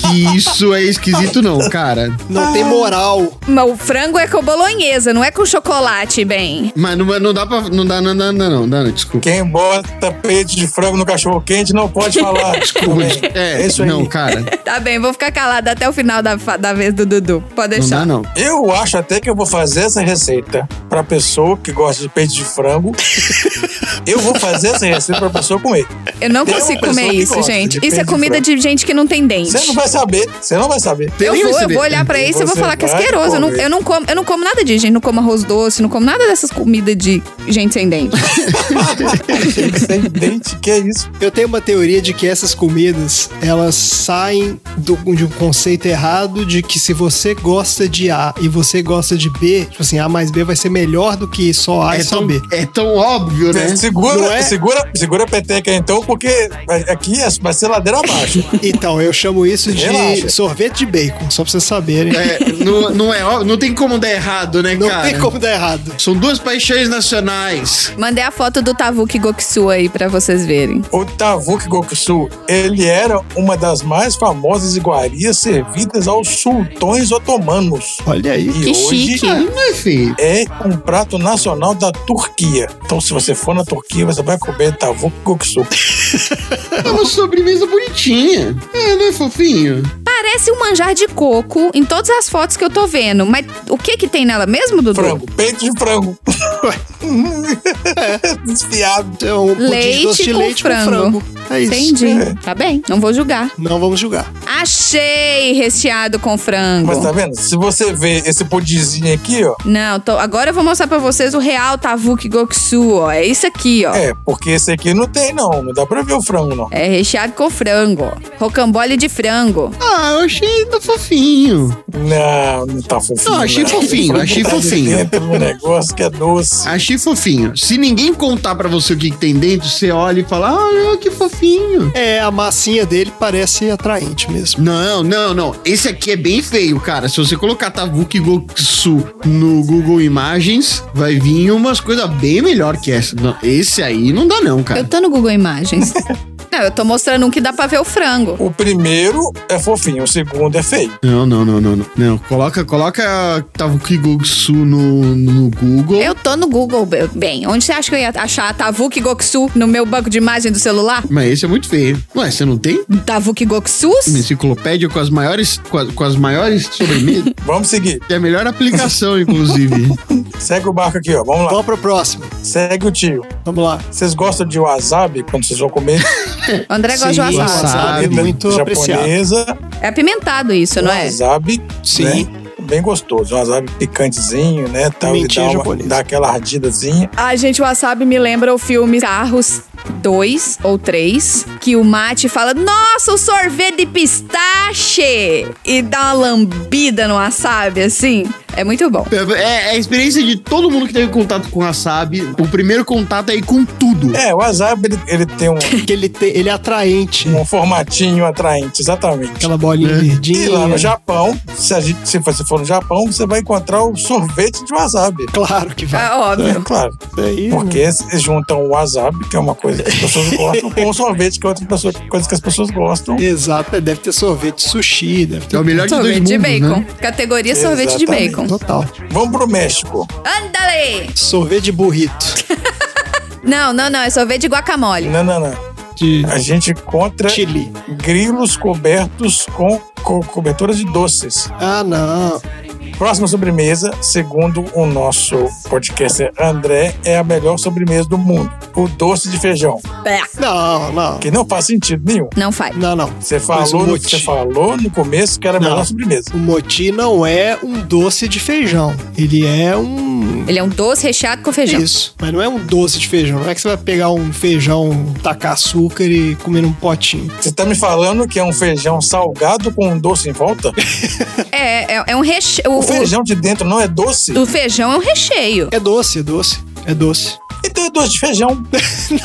que isso é esquisito não, cara.
Não tem moral.
Mas o frango é com bolonhesa, não é com chocolate, bem.
Mas não, não dá pra... Não dá, não, não, não, não, não, desculpa.
Quem bota peito de frango no cachorro quente não pode falar.
Desculpa,
Também.
É,
isso aí.
não, cara,
Tá bem, vou ficar calada até o final da, fa- da vez do Dudu. Pode
não
deixar.
dá não.
Eu acho até que eu vou fazer essa receita pra pessoa que gosta de peito de frango. eu vou fazer essa receita pra pessoa comer.
Eu não
Tem uma
consigo
pessoa
comer
que
isso,
gosta de
gente. Isso
peito
é
de
comida de gente que não tem dente.
Você não vai saber, você não vai saber.
Eu
Eu
nem
vou, eu
recebi.
vou olhar pra isso e vou
Você
falar que é
vai
asqueroso. Eu não,
comer.
eu, não como, eu não como nada disso, gente. Não como arroz doce, não como nada dessas comidas de gente sem dente.
Gente, sem dente, que é isso?
Eu tenho uma teoria de que essas comidas, elas saem do- de um conceito errado de que se você gosta de A e você gosta de B, tipo assim, A mais B vai ser melhor do que só A
É
e só
tão,
B.
é tão óbvio, né?
Não
Segura,
é?
segura, segura a peteca então, porque vai- aqui é- vai ser ladeira abaixo.
Então, eu chamo isso de
Relaxa.
sorvete de bacon, só pra vocês saberem.
É, não, não é óbvio, não tem como dar errado, né,
Não
cara?
tem como dar errado.
São duas paixões nacionais.
Mandei a foto do Tavuki Goksu aí pra vocês verem.
O Tavuk Goksu, ele era uma das mais famosas iguarias servidas aos sultões otomanos.
Olha aí.
E
Que
hoje
chique.
Não é feio.
é um prato nacional da Turquia. Então, se você for na Turquia, você vai comer Tavuk Goksu.
É uma sobremesa bonitinha. É, não é fofinho?
Parece um manjar de coco em todas as fotos que eu tô vendo. Mas o que que tem nela mesmo, Dudu?
Frango, peito de frango. Desfiado.
É um pudim
Leite
de doce de
com
leite
frango.
com frango. É isso.
Entendi. Tá bem, não vou julgar.
Não vamos julgar.
Achei recheado com frango.
Mas tá vendo? Se você vê esse pudinzinho aqui, ó.
Não, tô- agora eu vou mostrar pra vocês o real Tavuki Goksu, ó. É isso aqui, ó.
É, porque esse aqui não tem, não. Não dá pra ver o frango, não.
É recheado com frango. ó. Rocambole de frango.
Ah, eu achei ainda fofinho.
Não, não tá fofinho.
Não, achei fofinho, achei
Tá
fofinho.
dentro do negócio que é doce.
Achei fofinho. Se ninguém contar pra você o que, que tem dentro, você olha e fala, ah, olha que fofinho.
É, a massinha dele parece atraente mesmo.
Não, não, não. Esse aqui é bem feio, cara. Se você colocar Tavuki Goksu no Google Imagens, vai vir umas coisas bem melhor que essa. Não, esse aí não dá não, cara.
Eu tô no Google Imagens. Não, eu tô mostrando um que dá pra ver o frango.
O primeiro é fofinho, o segundo é feio.
Não, não, não, não, não. Não, coloca, coloca Tavuki Goksu no, no Google.
Eu tô no Google, be- bem. Onde você acha que eu ia achar Tavuki Goksu no meu banco de imagem do celular?
Mas esse é muito feio. Ué, você não tem
Tavuki Goksus?
uma enciclopédia com as maiores, com as, com as maiores sobremesas?
Vamos seguir.
É a melhor aplicação, inclusive.
Segue o barco aqui, ó. Vamos lá.
Vamos pro próximo.
Segue o tio.
Vamos lá.
Vocês gostam de wasabi quando vocês vão comer?
O André gosta de
Sim,
wasabi.
wasabi.
wasabi, muito apreciado.
japonesa,
É apimentado isso, não é?
wasabi,
Sim.
né? Bem gostoso, um wasabi picantezinho, né? Tal, ele
Pimentinha
dá, uma-
japonesa.
dá aquela ardidazinha.
Ai, gente, o Wasabi me lembra o filme Carros 2 ou 3, que o Mate fala, nossa, o sorvete de pistache! E dá uma lambida no Wasabi, assim. É muito bom.
É, é a experiência de todo mundo que teve contato com wasabi. O primeiro contato é ir com tudo.
É, o wasabi, ele, ele tem um,
Porque ele, tem- ele é atraente.
um formatinho atraente, exatamente.
Aquela bolinha verdinha.
E lá no Japão, se, a gente, se você for no Japão, você vai encontrar o sorvete de wasabi.
Claro que vai.
É óbvio.
É claro,
Isso aí,
porque eles juntam o wasabi, que é uma coisa que as pessoas gostam, com o sorvete, que é outra pessoa- coisa que as pessoas gostam.
Exato, é, deve ter sorvete sushi, deve ter um
É o melhor de dois
Sorvete
mundos,
de bacon.
né?
Categoria sorvete de
Exatamente.
bacon.
total.
Vamos pro México.
Andale!
Sorvete de burrito.
Não, não, não. É sorvete de guacamole.
Não, não, não.
De
A gente encontra
chili.
grilos cobertos com co coberturas de doces.
Ah, não.
Próxima sobremesa, segundo o nosso podcaster André, é a melhor sobremesa do mundo. O doce de feijão,
Não, não.
que não faz sentido nenhum.
Não faz.
Não, não.
Você
Mas o
falou, no-
moti-
você falou no começo que era a
Não.
melhor sobremesa.
O moti não é um doce de feijão. Ele é um.
Ele é um doce recheado com feijão.
Isso. Mas não é um doce de feijão. Não é que você vai pegar um feijão, tacar açúcar e comer num potinho.
Você tá me falando que é um feijão salgado com um doce em volta?
É, é, é um recheio.
O feijão de dentro não é doce?
o feijão é um recheio.
É doce, é doce. É doce.
Então é doce de feijão.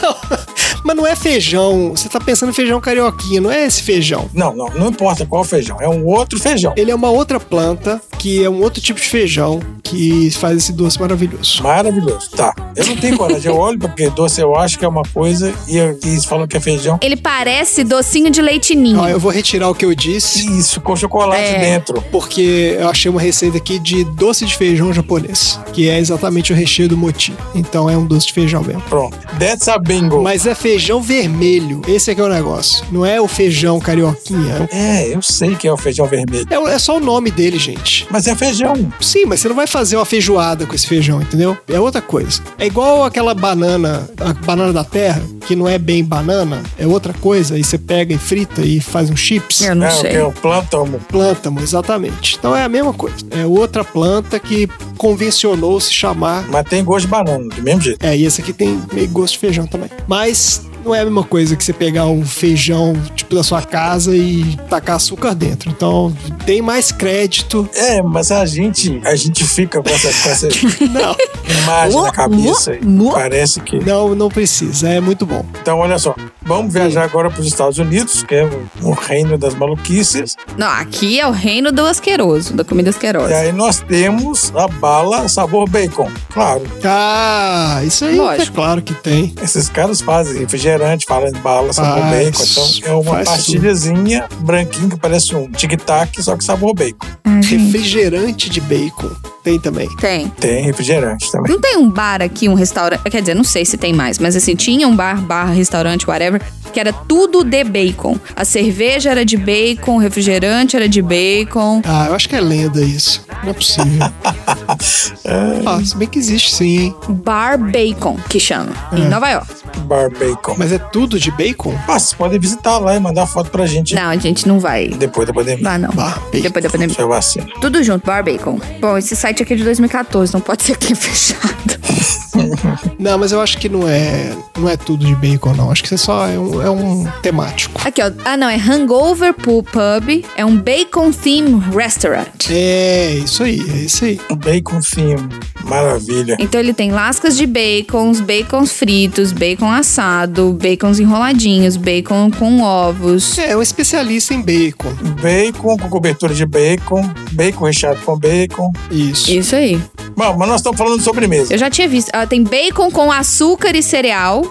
Não, mas não é feijão. Você tá pensando em feijão carioquinha, não é esse feijão.
Não, não, não importa qual feijão, é um outro feijão.
Ele é uma outra planta, que é um outro tipo de feijão, que faz esse doce maravilhoso.
Maravilhoso. Tá. Eu não tenho coragem. Eu olho porque doce eu acho que é uma coisa e eu- e eles falam que é feijão.
Ele parece docinho de leite ninho.
Ó, eu vou retirar o que eu disse,
Isso, com chocolate
É.
dentro.
porque eu achei uma receita aqui de doce de feijão japonês, que é exatamente o recheio do moti. Então é um doce de feijão mesmo.
Pronto. That's a bingo.
Mas é feijão vermelho. Esse é que é o negócio. Não é o feijão carioquinha.
É, eu sei que é o feijão vermelho.
É, o- é só o nome dele, gente.
Mas é feijão.
Sim, mas você não vai fazer uma feijoada com esse feijão, entendeu? É outra coisa. É igual aquela banana, a banana da terra, que não é bem banana, é outra coisa. Aí você pega e frita e faz um chips.
Eu não
é, o
sei.
que eu planto, amor.
Plântamo, exatamente. Então é a mesma coisa. É outra planta que convencionou se chamar.
Mas tem gosto de banana, do mesmo jeito.
É, e esse aqui tem meio gosto de feijão também. Mas não é a mesma coisa que você pegar um feijão, tipo, da sua casa e tacar açúcar dentro. Então tem mais crédito.
É, mas a gente, a gente fica com essa, com essa
Não,
imagem na cabeça.
Mu-
aí. Parece que.
não, não precisa. É muito bom.
Então, olha só. Vamos viajar agora para os Estados Unidos, que é o, o reino das maluquices.
Não, aqui é o reino do asqueroso, da
E
comida asquerosa.
aí nós temos a bala sabor bacon. Claro,
Ah, isso aí
Lógico.
é claro que tem.
esses caras fazem refrigerante, falam de bala sabor
Faz,
bacon. Então é uma
faz
pastilhazinha branquinha que parece um tic-tac, só que sabor bacon.
Refrigerante de bacon tem também.
Tem.
Tem refrigerante também.
Não tem um bar aqui, um restaurante. Quer dizer, não sei se tem mais, mas assim, tinha um bar, bar, restaurante, whatever, que era tudo de bacon. A cerveja era de bacon, o refrigerante era de bacon.
Ah, eu acho que é lenda isso. Não é possível. ah, se bem que existe sim, hein?
Bar Bacon, que chama,
Hum.
em Nova York.
Bar bacon.
Mas é tudo de bacon?
Ah, vocês podem visitar lá e mandar foto pra gente
Não, a gente não vai.
depois da pandemia.
Lá não.
Bar Bacon.
Depois da pandemia.
Sua vacina.
Tudo junto, Bar Bacon. Bom, esse site aqui é de 2014, não pode ser que é fechado.
Não, mas eu acho que não é, não é tudo de bacon, não. Acho que isso é só é um, é um temático.
Aqui, ó. Ah, não, é Hangover Pool Pub. É um bacon theme restaurant.
É, isso aí, é isso aí.
Bacon fino. Maravilha.
Então ele tem lascas de bacons, bacons fritos, bacon assado, bacons enroladinhos, bacon com ovos.
É, é um especialista em bacon.
Bacon com cobertura de bacon. Bacon recheado com bacon.
Isso.
Isso aí.
Bom, mas nós estamos falando de sobremesa.
Eu já tinha visto. Ah, tem bacon com açúcar e cereal.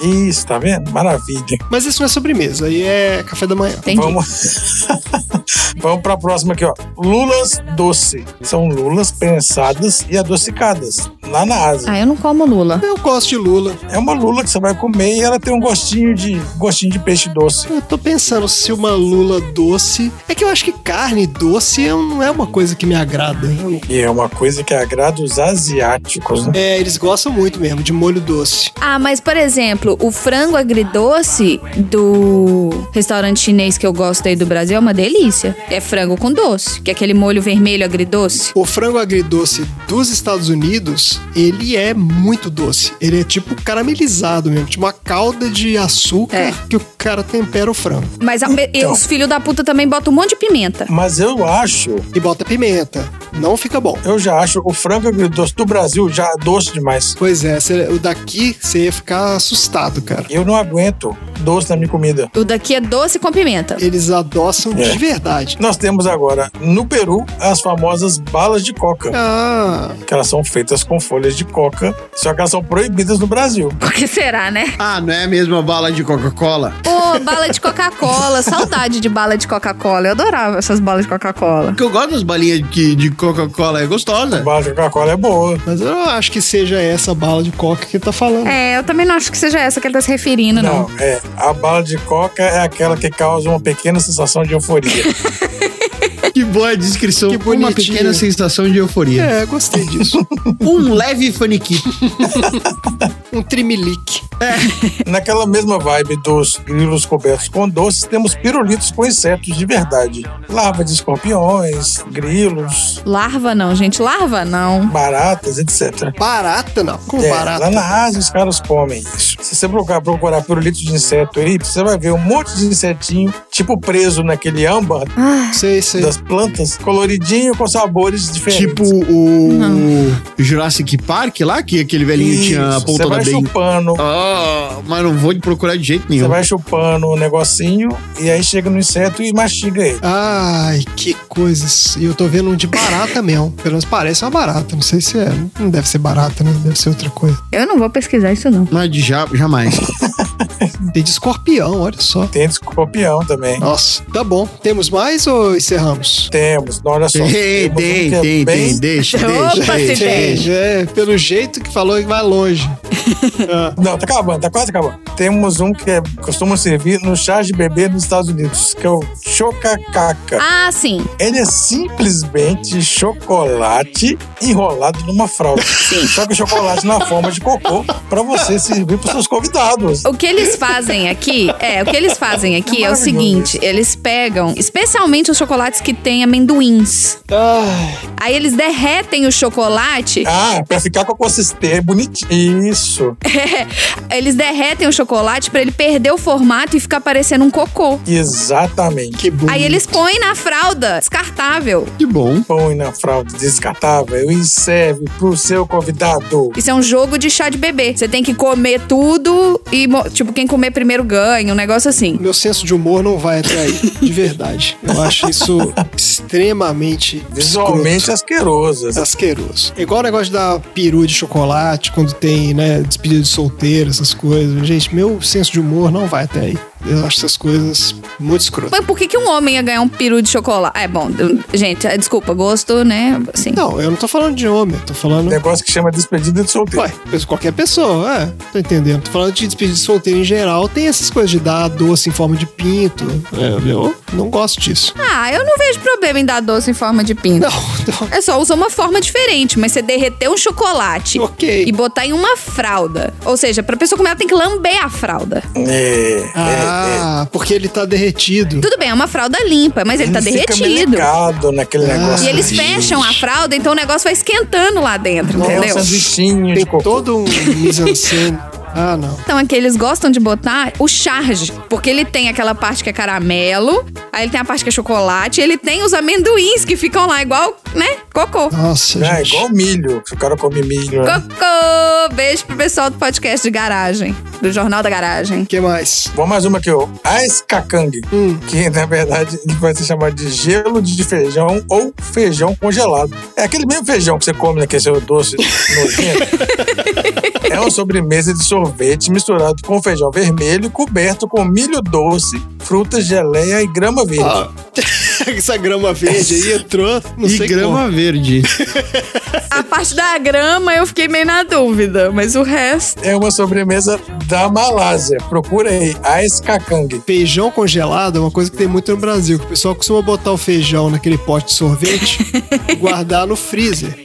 Isso, tá vendo? Maravilha.
Mas isso não é sobremesa, aí é café da manhã.
Entendi.
Vamos. Vamos pra próxima aqui, ó. Lulas doce. São lulas prensadas e adocicadas, lá na Ásia.
Ah, eu não como lula.
Eu gosto de lula.
É uma lula que você vai comer e ela tem um gostinho de gostinho de peixe doce.
Eu tô pensando se uma lula doce... É que eu acho que carne doce eu- não é uma coisa que me agrada. Eu não-
E é uma coisa que agrada os asiáticos, né?
É, eles gostam muito mesmo de molho doce.
Ah, mas por exemplo, o frango agridoce do restaurante chinês que eu gosto aí do Brasil é uma delícia. É frango com doce, que é aquele molho vermelho agridoce.
O frango agridoce dos Estados Unidos, ele é muito doce. Ele é tipo caramelizado mesmo, tipo uma calda de açúcar
É.
que o cara tempera o frango.
Mas a- e os filhos da puta também botam um monte de pimenta.
Mas eu acho,
E bota pimenta. Não fica bom.
eu já acho o frango agridoce do Brasil já doce demais.
Pois é, cê- o daqui você ia ficar assustado, cara.
Eu não aguento doce na minha comida.
O daqui é doce com pimenta.
Eles adoçam
É.
de verdade.
Nós temos agora, no Peru, as famosas balas de coca.
Ah,
que elas são feitas com folhas de coca, só que elas são proibidas no Brasil.
Por que será, né?
Ah, não é a mesma bala de Coca-Cola?
Ô, bala de Coca-Cola. Saudade de bala de Coca-Cola. Eu adorava essas balas de Coca-Cola.
Porque eu gosto das balinhas de, de Coca-Cola, é gostosa.
A bala de Coca-Cola é boa.
mas eu não acho que seja essa bala de coca que tá falando.
É, eu também não acho que seja essa que ele tá se referindo, não.
é. A bala de coca é aquela que causa uma pequena sensação de euforia.
Que boa descrição.
Que
Uma
bonitinho.
pequena sensação de euforia.
É, gostei disso.
Um leve faniquito.
Um trimelique.
Naquela mesma vibe dos grilos cobertos com doces, temos pirulitos com insetos de verdade. Larva de escorpiões, grilos,
Larva não, gente. Larva não.
baratas, etc.
Barata, não. Como
É, lá
barata?
na Ásia os caras comem isso. Se você procurar, procurar pirulitos de inseto aí, você vai ver um monte de insetinho, tipo preso naquele âmbar
Ah,
Sei, sei.
das plantas, coloridinho com sabores diferentes.
Tipo o Jurassic Park lá, que aquele velhinho
Isso,
tinha a ponta
Você
da
vai
bem.
chupando,
Ah, mas não vou procurar de jeito
você
nenhum.
vai chupando o negocinho e aí chega no inseto e mastiga ele.
Ai, que coisas. E eu tô vendo um de barata mesmo. Pelo menos parece uma barata. Não sei se é. Não deve ser barata, né? Deve ser outra coisa.
Eu não vou pesquisar isso, não.
Mas de ja, jamais.
Tem de escorpião, olha só.
Tem de escorpião também.
Nossa, tá bom. Temos mais ou encerramos?
Temos, não, olha só.
Tem,
temos um
tem,
que é
tem,
bem-
tem. Deixa,
Opa,
deixa,
se
deixa.
tem.
deixa.
É, pelo jeito que falou, vai longe.
Não, tá acabando, tá quase acabando. Temos um que é- costuma servir no chá de bebê nos Estados Unidos, que é o chocacaca.
Ah, sim.
Ele é simplesmente chocolate enrolado numa fralda. Só que o chocolate na forma de cocô pra você servir pros seus convidados.
O que eles fazem aqui, é, o que eles fazem aqui é o
Maravilhoso.
seguinte, eles pegam, especialmente os chocolates que têm amendoins.
Ai,
Aí eles derretem o chocolate,
Ah, pra ficar com a consistência bonitinho. Isso,
eles derretem o chocolate pra ele perder o formato e ficar parecendo um cocô.
exatamente.
que bom.
Aí eles põem na fralda descartável.
Que bom.
Põe na fralda descartável e serve pro seu convidado.
Isso é um jogo de chá de bebê. Você tem que comer tudo e, mo- tipo, quem comer primeiro ganha, um negócio assim.
Meu senso de humor não vai até aí, de verdade. Eu acho isso extremamente
Visualmente
escroto,
asqueroso.
asqueroso. É Igual o negócio da peru de chocolate, quando tem, né, despedida de solteiro, essas coisas. Gente, meu senso de humor não vai até aí. Eu acho essas coisas muito escrotas.
Mas por que, que um homem ia ganhar um peru de chocolate? Ah, É bom, gente, é, desculpa, gosto, né? Assim.
Não, eu não tô falando de homem, eu tô falando.
Negócio que chama despedida de solteiro.
Ué, mas qualquer pessoa, é, tô entendendo. Tô falando de despedida de solteiro em geral, tem essas coisas de dar doce em forma de pinto. É, eu não gosto disso.
Ah, eu não vejo problema em dar doce em forma de pinto.
Não, não.
É só usar uma forma diferente, mas você derreter um chocolate
Ok.
e botar em uma fralda. Ou seja, pra pessoa comer, ela tem que lamber a fralda.
É, é, é.
Ah, porque ele tá derretido.
Tudo bem, é uma fralda limpa, mas ele, tá
Fica
derretido.
melecado naquele
Ah.
negócio.
E eles
de-
fecham a fralda, então o negócio vai esquentando lá dentro,
É um
entendeu?
sanduichinho de
Tem
cocô.
todo um mise-en-scène. Ah, não.
Então aqui eles gostam de botar o charge, porque ele tem aquela parte que é caramelo, aí ele tem a parte que é chocolate, e ele tem os amendoins que ficam lá igual, né? Cocô.
Nossa,
É
gente.
igual milho, que o cara come milho. né?
Cocô! Beijo pro pessoal do podcast de garagem, do Jornal da Garagem.
O que mais?
Vamos mais uma aqui, ó. Ice Kakang,
Hum.
que na verdade ele vai ser chamado de gelo de feijão ou feijão congelado. É aquele mesmo feijão que você come naquele seu doce nojento. é uma sobremesa de sorvete misturado com feijão vermelho, coberto com milho doce, frutas, geleia e grama verde.
Ah, essa grama verde aí entrou. Não
e
sei
grama verde.
A parte da grama eu fiquei meio na dúvida, mas o resto.
É uma sobremesa da Malásia. Procura aí, Ice Kakang.
Feijão congelado é uma coisa que tem muito no Brasil, que o pessoal costuma botar o feijão naquele pote de sorvete e guardar no freezer.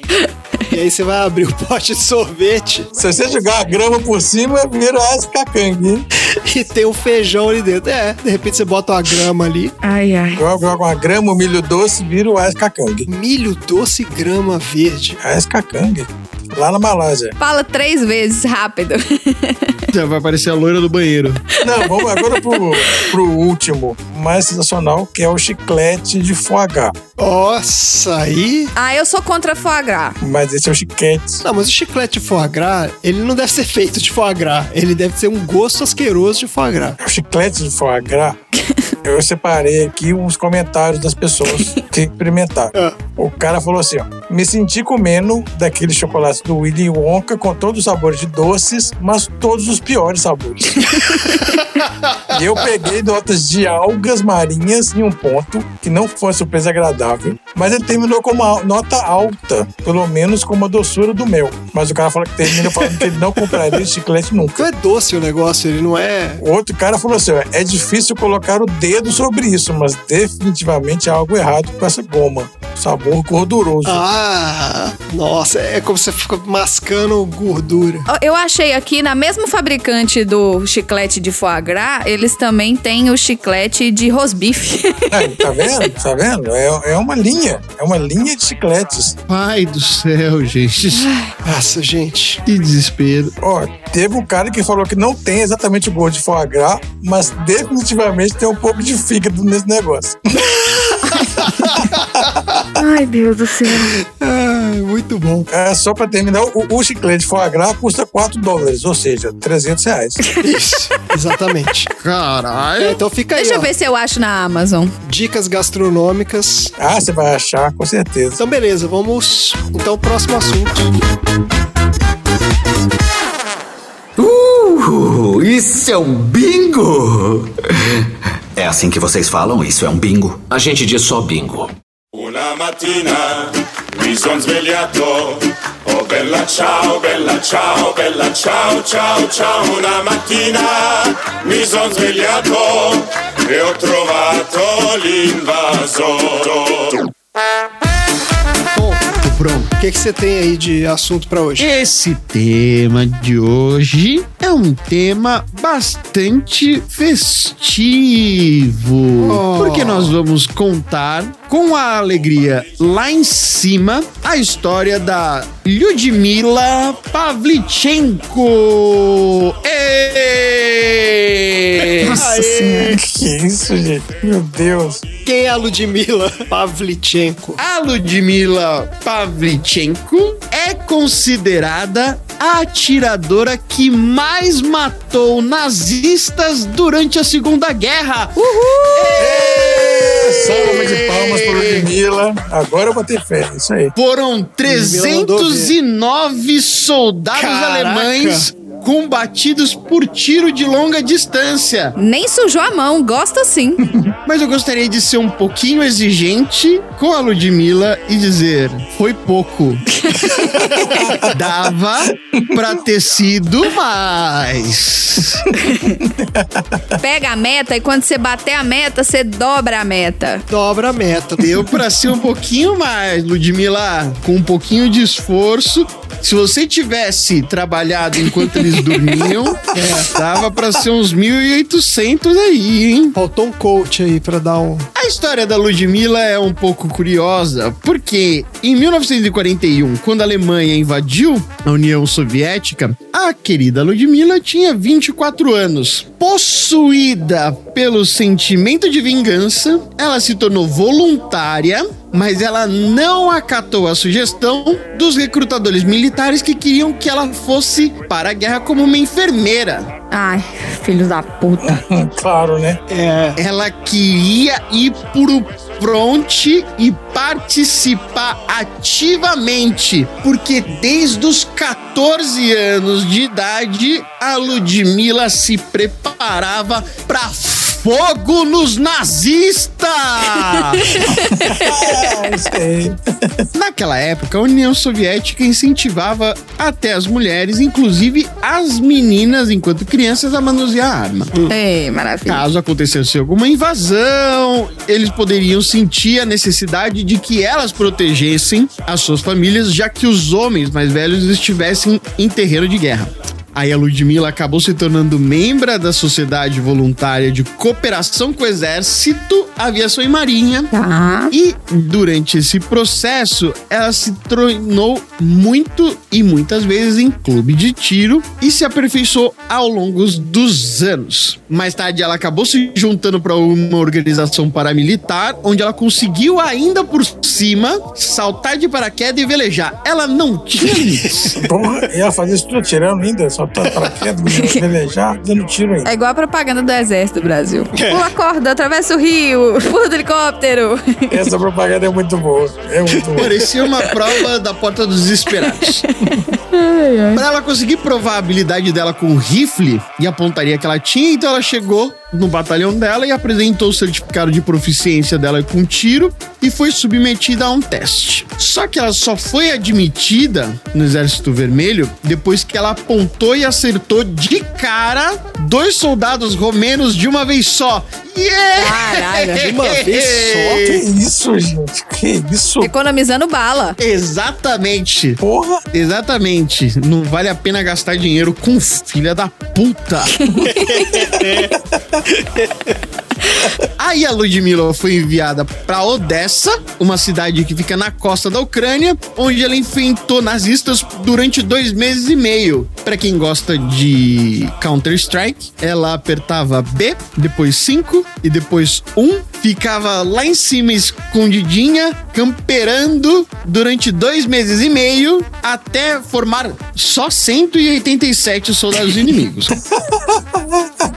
E aí você vai abrir o pote de sorvete
Se você jogar a grama por cima, vira Ice Kakang. hein?
e tem o feijão ali dentro. É, de repente você bota uma grama ali.
Ai, ai.
Joga joga uma grama, um milho doce, vira o Ice Kakang.
Milho doce, grama verde.
Ice Kakang. Lá na Malásia.
Fala três vezes rápido.
Já vai aparecer a loira do banheiro.
Não, vamos agora pro, pro último, mais sensacional, que é o chiclete de foie gras.
Nossa, aí
ah, eu sou contra foie gras.
Mas esse é o chiclete.
Não, mas o chiclete de foie gras, ele não deve ser feito de foie gras. Ele deve ser um gosto asqueroso de foie gras.
O chiclete de foie gras. Eu separei aqui uns comentários das pessoas que experimentaram.
Ah.
O cara falou assim: ó, me senti comendo daquele chocolate do Willy Wonka com todos os sabores de doces, mas todos os piores sabores. e eu peguei notas de algas marinhas em um ponto, que não foi uma surpresa agradável, mas ele terminou com uma nota alta, pelo menos com uma doçura do mel. Mas o cara falou que termina falando que ele não compraria esse chiclete nunca.
Não é doce o negócio, ele não é.
O outro cara falou assim: ó, é difícil colocar o dedo dedo sobre isso, mas definitivamente há algo errado com essa goma. Sabor gorduroso.
Ah, nossa, é como se você fica mascando gordura.
Ó, Eu achei aqui, na mesma fabricante do chiclete de foie gras, eles também têm o chiclete de rosbife.
Aí, tá vendo? Tá vendo? É, é uma linha. É uma linha de chicletes.
Pai do céu, gente.
Nossa, gente.
Que desespero.
Ó, teve um cara que falou que não tem exatamente o gosto de foie gras, mas definitivamente tem um pouco de fígado nesse negócio.
Ai, Deus do céu.
Ah, muito bom.
É, só pra terminar, o, o chiclete foie gras custa 4 dólares, ou seja, 300 reais.
Isso, exatamente.
Caralho.
Então fica aí,
É. Deixa eu
ó,
ver se eu acho na Amazon.
dicas gastronômicas.
Ah, você vai achar, com certeza.
Então beleza, vamos então próximo assunto.
Uhul, isso é um bingo! É assim que vocês falam, isso é um bingo.
A gente diz só bingo.
Una mattina mi son svegliato, oh bella ciao, bella ciao, bella ciao, ciao, ciao. Una mattina mi son svegliato e ho trovato l'invasore.
Bom,
Tô pronto.
o que, que você tem aí de assunto pra hoje?
Esse tema de hoje é um tema bastante festivo.
Oh.
Porque nós vamos contar com a alegria lá em cima a história da Ludmila Pavlichenko. Ê!
Nossa senhora.
Que isso, gente? Meu Deus.
Quem é a Ludmilla Pavlichenko?
A Ludmila Pavlichenko é considerada a atiradora que mais matou nazistas durante a Segunda Guerra. Uhul!
Salva É de palmas para Ludmilla. Agora eu vou ter fé, isso aí.
Foram
mandou ver.
309 soldados
Caraca!
alemães combatidos por tiro de longa distância.
Nem sujou a mão, gosta sim.
Mas eu gostaria de ser um pouquinho exigente com a Ludmilla e dizer: foi pouco. Dava pra ter sido mais.
Pega a meta e quando você bater a meta, você dobra a meta.
Dobra a meta.
Deu pra ser um pouquinho mais, Ludmilla, com um pouquinho de esforço. Se você tivesse trabalhado enquanto eles dormiam, dava pra ser uns 1.800 aí, hein?
Faltou um coach aí pra dar um.
A história da Ludmilla é um pouco curiosa, porque em 1941, quando a Alemanha invadiu a União Soviética, a querida Ludmilla tinha 24 anos. Possuída pelo sentimento de vingança, ela se tornou voluntária, mas ela não acatou a sugestão dos recrutadores militares que queriam que ela fosse para a guerra como uma enfermeira.
Ai, filho da puta.
Claro, né?
É.
Ela queria ir pro fronte e participar ativamente, porque desde os 14 anos de idade a Ludmilla se preparava pra fogo nos nazistas.
É, isso aí.
Naquela época, a União Soviética incentivava até as mulheres, inclusive as meninas, enquanto crianças, a manusear a arma.
Ei,
Ah.
maravilha.
Caso acontecesse alguma invasão, eles poderiam sentir a necessidade de que elas protegessem as suas famílias, já que os homens mais velhos estivessem em terreno de guerra. Aí a Ludmilla acabou se tornando membro da Sociedade Voluntária de Cooperação com o Exército, Aviação e Marinha,
Tá.
e durante esse processo, ela se tornou muito e muitas vezes em clube de tiro e se aperfeiçoou ao longo dos anos. Mais tarde, ela acabou se juntando para uma organização paramilitar, onde ela conseguiu ainda por cima saltar de paraquedas e velejar. Ela não tinha limites.
Porra, e ela fazia isso tudo tirando ainda, só tá paraquedas, velejar, dando tiro ainda.
É.
É igual a propaganda do Exército do Brasil. Pula a corda, atravessa o rio, helicóptero! Pula do helicóptero!
Essa propaganda é muito boa. É muito boa.
Parecia uma prova da porta dos desesperados. Pra ela conseguir provar a habilidade dela com o rifle e a pontaria que ela tinha, então ela chegou no batalhão dela e apresentou o certificado de proficiência dela com tiro e foi submetida a um teste. Só que ela só foi admitida no Exército Vermelho depois que ela apontou e acertou de cara dois soldados romenos de uma vez só. Yeah!
Caralho!
De uma vez só.
Que isso, gente? Que isso?
Economizando bala.
Exatamente.
Porra!
Exatamente. Não vale a pena gastar dinheiro com filha da puta. Aí a Ludmilla foi enviada pra Odessa, uma cidade que fica na costa da Ucrânia, onde ela enfrentou nazistas durante dois meses e meio. Pra quem gosta de Counter-Strike, ela apertava B, depois 5 e depois 1, ficava lá em cima escondidinha, camperando durante dois meses e meio, até formar só 187 soldados inimigos.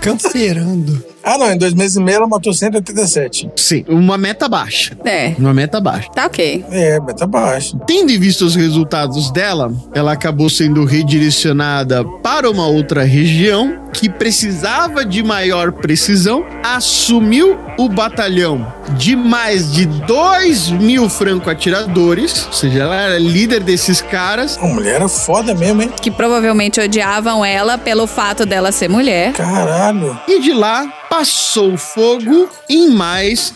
Camperando.
Ah, não, em dois meses e meio ela matou 187.
Sim, uma meta baixa.
É.
Uma meta baixa.
Tá ok.
É, meta baixa.
Tendo em vista os resultados dela, ela acabou sendo redirecionada para uma outra região que precisava de maior precisão, assumiu o batalhão de mais de 2 mil franco-atiradores, ou seja, ela era líder desses caras.
A mulher é foda mesmo, hein?
Que provavelmente odiavam ela pelo fato dela ser mulher.
Caralho.
E de lá passou fogo em mais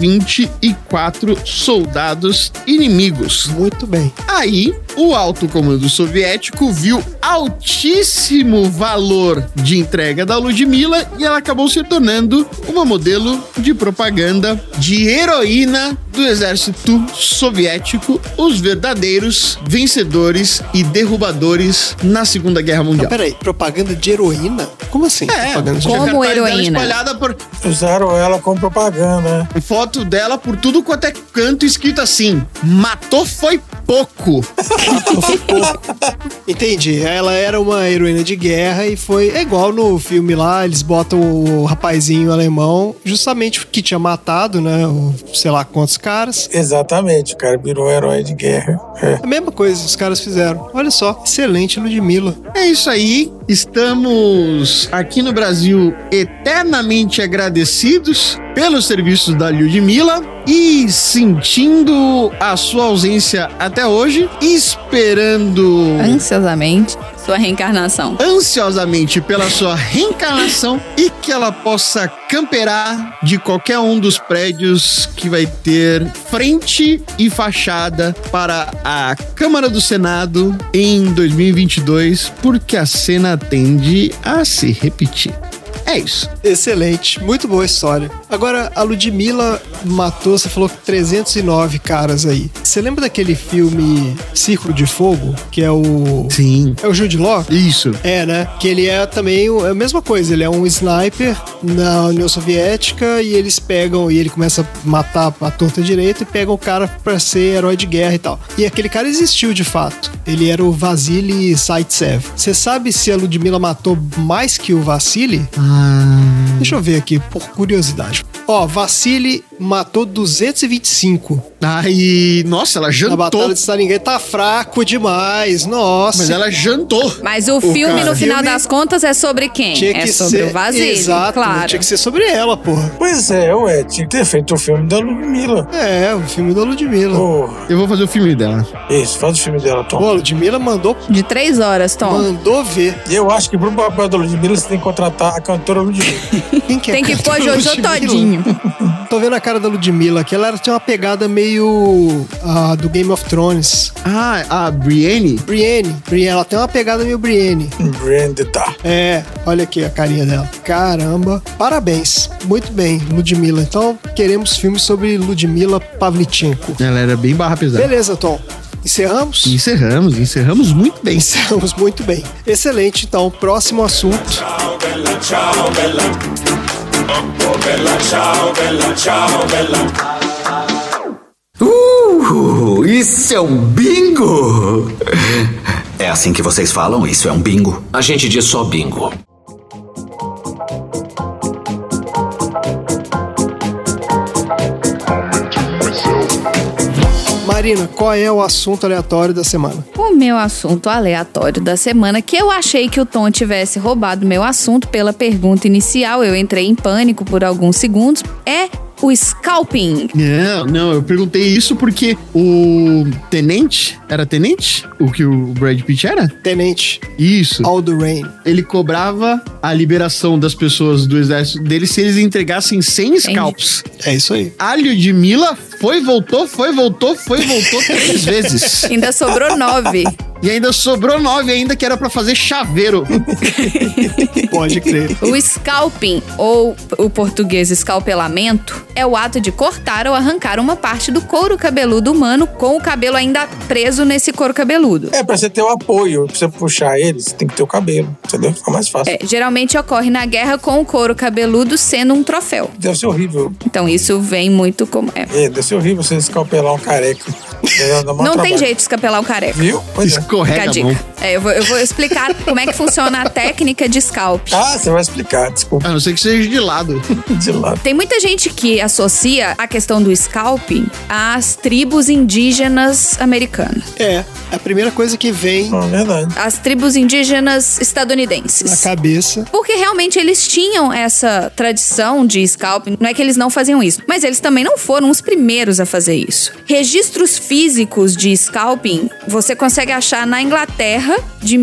124 soldados inimigos.
Muito bem.
Aí, o alto comando soviético viu altíssimo valor de entrega da Ludmilla e ela acabou se tornando uma modelo de propaganda de heroína do exército soviético, os verdadeiros vencedores e derrubadores na Segunda Guerra
Não,
Mundial. É,
peraí, propaganda de heroína? Como assim?
É.
propaganda de
tinha
como
cartaz dela
heroína.
espalhada por
Usaram ela como propaganda, né?
foto dela por tudo quanto é canto escrito assim: matou foi pouco.
Entendi. Ela era uma heroína de guerra e foi é igual no filme lá, eles botam o rapazinho alemão, justamente que tinha matado, né? o- sei lá quantos caras.
Exatamente, o cara virou herói de guerra. É.
A mesma coisa os caras fizeram. Olha só, excelente Ludmilla.
É isso aí. Estamos aqui no Brasil eternamente agradecidos pelos serviços da Ludmilla e sentindo a sua ausência até hoje, esperando
Ansiosamente. Sua reencarnação.
ansiosamente pela sua reencarnação e que ela possa camperar de qualquer um dos prédios que vai ter frente e fachada para a Câmara do Senado em 2022, porque a cena tende a se repetir. É isso.
Excelente, muito boa história. Agora, a Ludmilla matou, você falou que 309 caras aí. Você lembra daquele filme Círculo de Fogo, que é o.
Sim.
É o Jude Law?
Isso.
É, né? Que ele é também o- é a mesma coisa, ele é um sniper na União Soviética e eles pegam e ele começa a matar a torta direita e pegam o cara pra ser herói de guerra e tal. E aquele cara existiu de fato. Ele era o Vasily Saitsev. Você sabe se a Ludmilla matou mais que o Vasily? Deixa eu ver aqui, por curiosidade. Ó, Vasily matou 225
Aí, nossa, ela
na Batalha
jantou.
de Stalingrad. Tá fraco demais, nossa.
Mas é ela jantou.
Mas o, filme,
cara.
no final
Filme-
das contas, é sobre quem?
Tinha
é
que
sobre
ser.
o vazio,
Exato, né?
claro.
tinha que ser sobre ela, porra.
Pois é, ué, tinha que ter feito o filme da Ludmilla.
É, o filme da Ludmilla.
Porra,
Eu vou fazer o filme dela.
isso, faz o filme dela, Tom.
Pô, a Ludmilla mandou,
De três horas, Tom.
mandou ver.
Eu acho que pro papel da Ludmilla você tem que contratar a cantora Ludmilla.
Quem que é
Tem que
cantora
pôr Jojo
Ludmilla?
todinho.
Tô vendo a cara da Ludmilla aqui. Ela era- tinha uma pegada meio ah, do Game of Thrones.
Ah, a Brienne?
Brienne, Brienne, ela tem uma pegada meio Brienne.
Brandita.
É, olha aqui a carinha dela. Caramba, parabéns. Muito bem, Ludmilla. Então, queremos filmes sobre Ludmilla Pavlichenko.
Ela era bem barra pesada.
Beleza, Tom. Encerramos?
Encerramos, encerramos muito bem.
Encerramos muito bem. Excelente, então. Próximo assunto.
Ciao, bella, ciao, bella. Oh, bella, ciao, bella, ciao, bella.
Uh, isso é um bingo! É assim que vocês falam? Isso é um bingo?
A gente diz só bingo.
Karina, qual é o assunto aleatório da semana?
O meu assunto aleatório da semana, que eu achei que o Tom tivesse roubado meu assunto pela pergunta inicial, eu entrei em pânico por alguns segundos, é o scalping.
Não, É, não, eu perguntei isso porque o Tenente, era Tenente? O que o Brad Pitt era?
Tenente
Isso.
Aldo Rain.
Ele cobrava a liberação das pessoas do exército dele se eles entregassem 100 scalps.
É isso aí.
Alho de Mila foi, voltou, foi, voltou, foi, voltou três vezes.
Ainda sobrou nove.
E ainda sobrou nove ainda que era pra fazer chaveiro.
Pode crer.
O scalping, ou o português escalpelamento, é o ato de cortar ou arrancar uma parte do couro cabeludo humano com o cabelo ainda preso nesse couro cabeludo.
É, pra você ter o apoio, pra você puxar ele, você tem que ter o cabelo, entendeu? Fica mais fácil.
É, geralmente ocorre na guerra com o couro cabeludo sendo um troféu.
Deve ser horrível.
Então isso vem muito como. é.
É, deve ser horrível você escalpelar um careca. É, dá maior
Não tem
trabalho.
jeito de escapelar o careca.
Viu? Pois é.
Fica a
Escorrega a mão.
dica. É, eu, vou, eu vou explicar como é que funciona a técnica de scalp.
Ah, você vai explicar, desculpa,
A não ser que seja de lado.
de lado.
Tem muita gente que associa a questão do scalping às tribos indígenas americanas,
É, a primeira coisa que vem
Não, é verdade.
às tribos indígenas
na
estadunidenses.
cabeça.
Porque realmente eles tinham essa tradição de scalping. Não é que eles não faziam isso, mas eles também não foram os primeiros a fazer isso. Registros físicos de scalping você consegue achar na Inglaterra de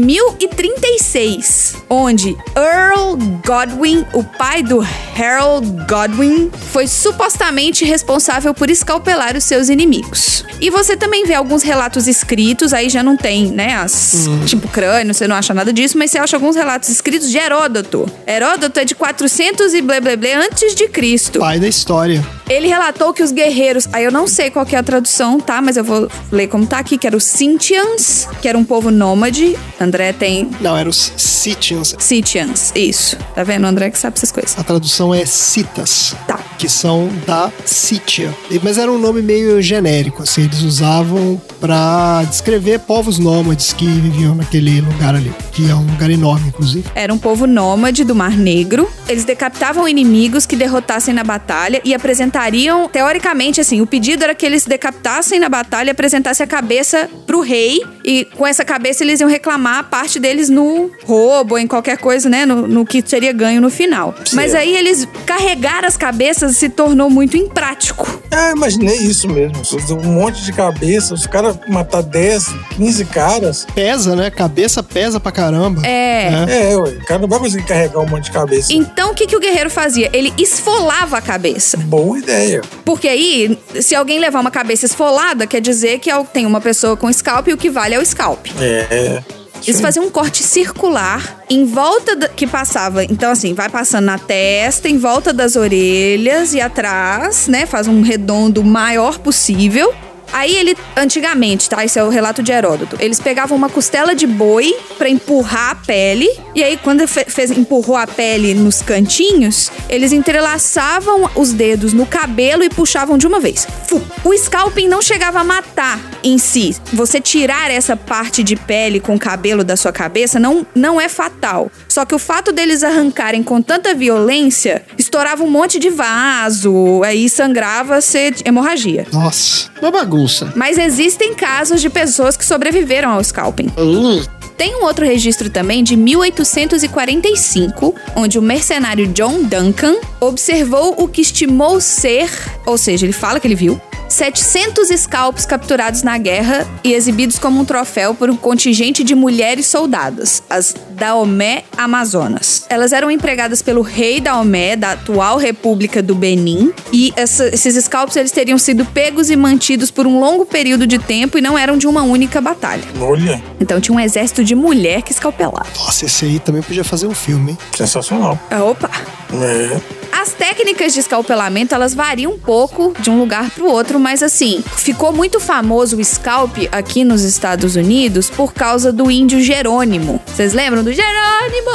1036, onde Earl Godwin, o pai do Harold Godwin, foi supostamente responsável por escalpelar os seus inimigos. E você também vê alguns relatos escritos, aí já não tem, né? As, Tipo crânio, você não acha nada disso, mas você acha alguns relatos escritos de Heródoto. Heródoto é de 400 e blé blé blé antes de Cristo.
Pai da história.
Ele relatou que os guerreiros, aí eu não sei qual que é a tradução, tá? Mas eu vou ler como tá aqui, que eram os Sintians, que era um povo nômade. André tem
Não, eram os Sitians.
Sintians, isso. Tá vendo? O André que sabe essas coisas.
A tradução é citas,
Tá.
que são da Sítia. E- Mas era um nome meio genérico, assim, eles usavam pra descrever povos nômades que viviam naquele lugar ali, que é um lugar enorme, inclusive.
Era um povo nômade do Mar Negro. Eles decapitavam inimigos que derrotassem na batalha e apresentariam, teoricamente, assim, o pedido era que eles decapitassem na batalha e apresentassem a cabeça pro rei. E com essa cabeça eles iam reclamar a parte deles no roubo, ou em qualquer coisa, né? No, no que seria ganho no final. Mas aí eles carregar as cabeças se tornou muito imprático.
Ah, imaginei isso mesmo. Um monte de cabeça, os caras matar 10, 15 caras.
Pesa, né? Cabeça pesa pra caramba.
É.
É, ué, o cara não vai conseguir carregar um monte de cabeça.
Então o que, que o guerreiro fazia? Ele esfolava a cabeça.
Boa ideia.
Porque aí, se alguém levar uma cabeça esfolada, quer dizer que tem uma pessoa com scalp e o que vale é o scalp.
É.
Eles
Sim.
faziam um corte circular em volta da- que passava. Então, assim, vai passando na testa, em volta das orelhas e atrás, né? Faz um redondo maior possível. Aí ele, antigamente, tá? Esse é o relato de Heródoto. Eles pegavam uma costela de boi pra empurrar a pele. E aí, quando fe- fez, empurrou a pele nos cantinhos, eles entrelaçavam os dedos no cabelo e puxavam de uma vez. Fu! O scalping não chegava a matar em si. Você tirar essa parte de pele com o cabelo da sua cabeça não, não é fatal. Só que o fato deles arrancarem com tanta violência estourava um monte de vaso, aí sangrava, você hemorragia.
Nossa.
Uma bagunça.
Mas existem casos de pessoas que sobreviveram ao scalping.
Uh,
Tem um outro registro também de 1845, onde o mercenário John Duncan observou o que estimou ser, ou seja, ele fala que ele viu, 700 scalps capturados na guerra e exibidos como um troféu por um contingente de mulheres soldadas, as Daomé Amazonas. Elas eram empregadas pelo rei Daomé, da atual República do Benin, e essa- esses scalps eles teriam sido pegos e mantidos por um longo período de tempo e não eram de uma única batalha.
Olha,
Então tinha um exército de mulher que escalpelava.
Nossa, esse aí também podia fazer um filme, hein?
sensacional.
Ah, Opa!
É.
As técnicas de escalpelamento, elas variam um pouco de um lugar pro outro, mas assim, ficou muito famoso o scalp aqui nos Estados Unidos por causa do índio Jerônimo. Vocês lembram do Jerônimo?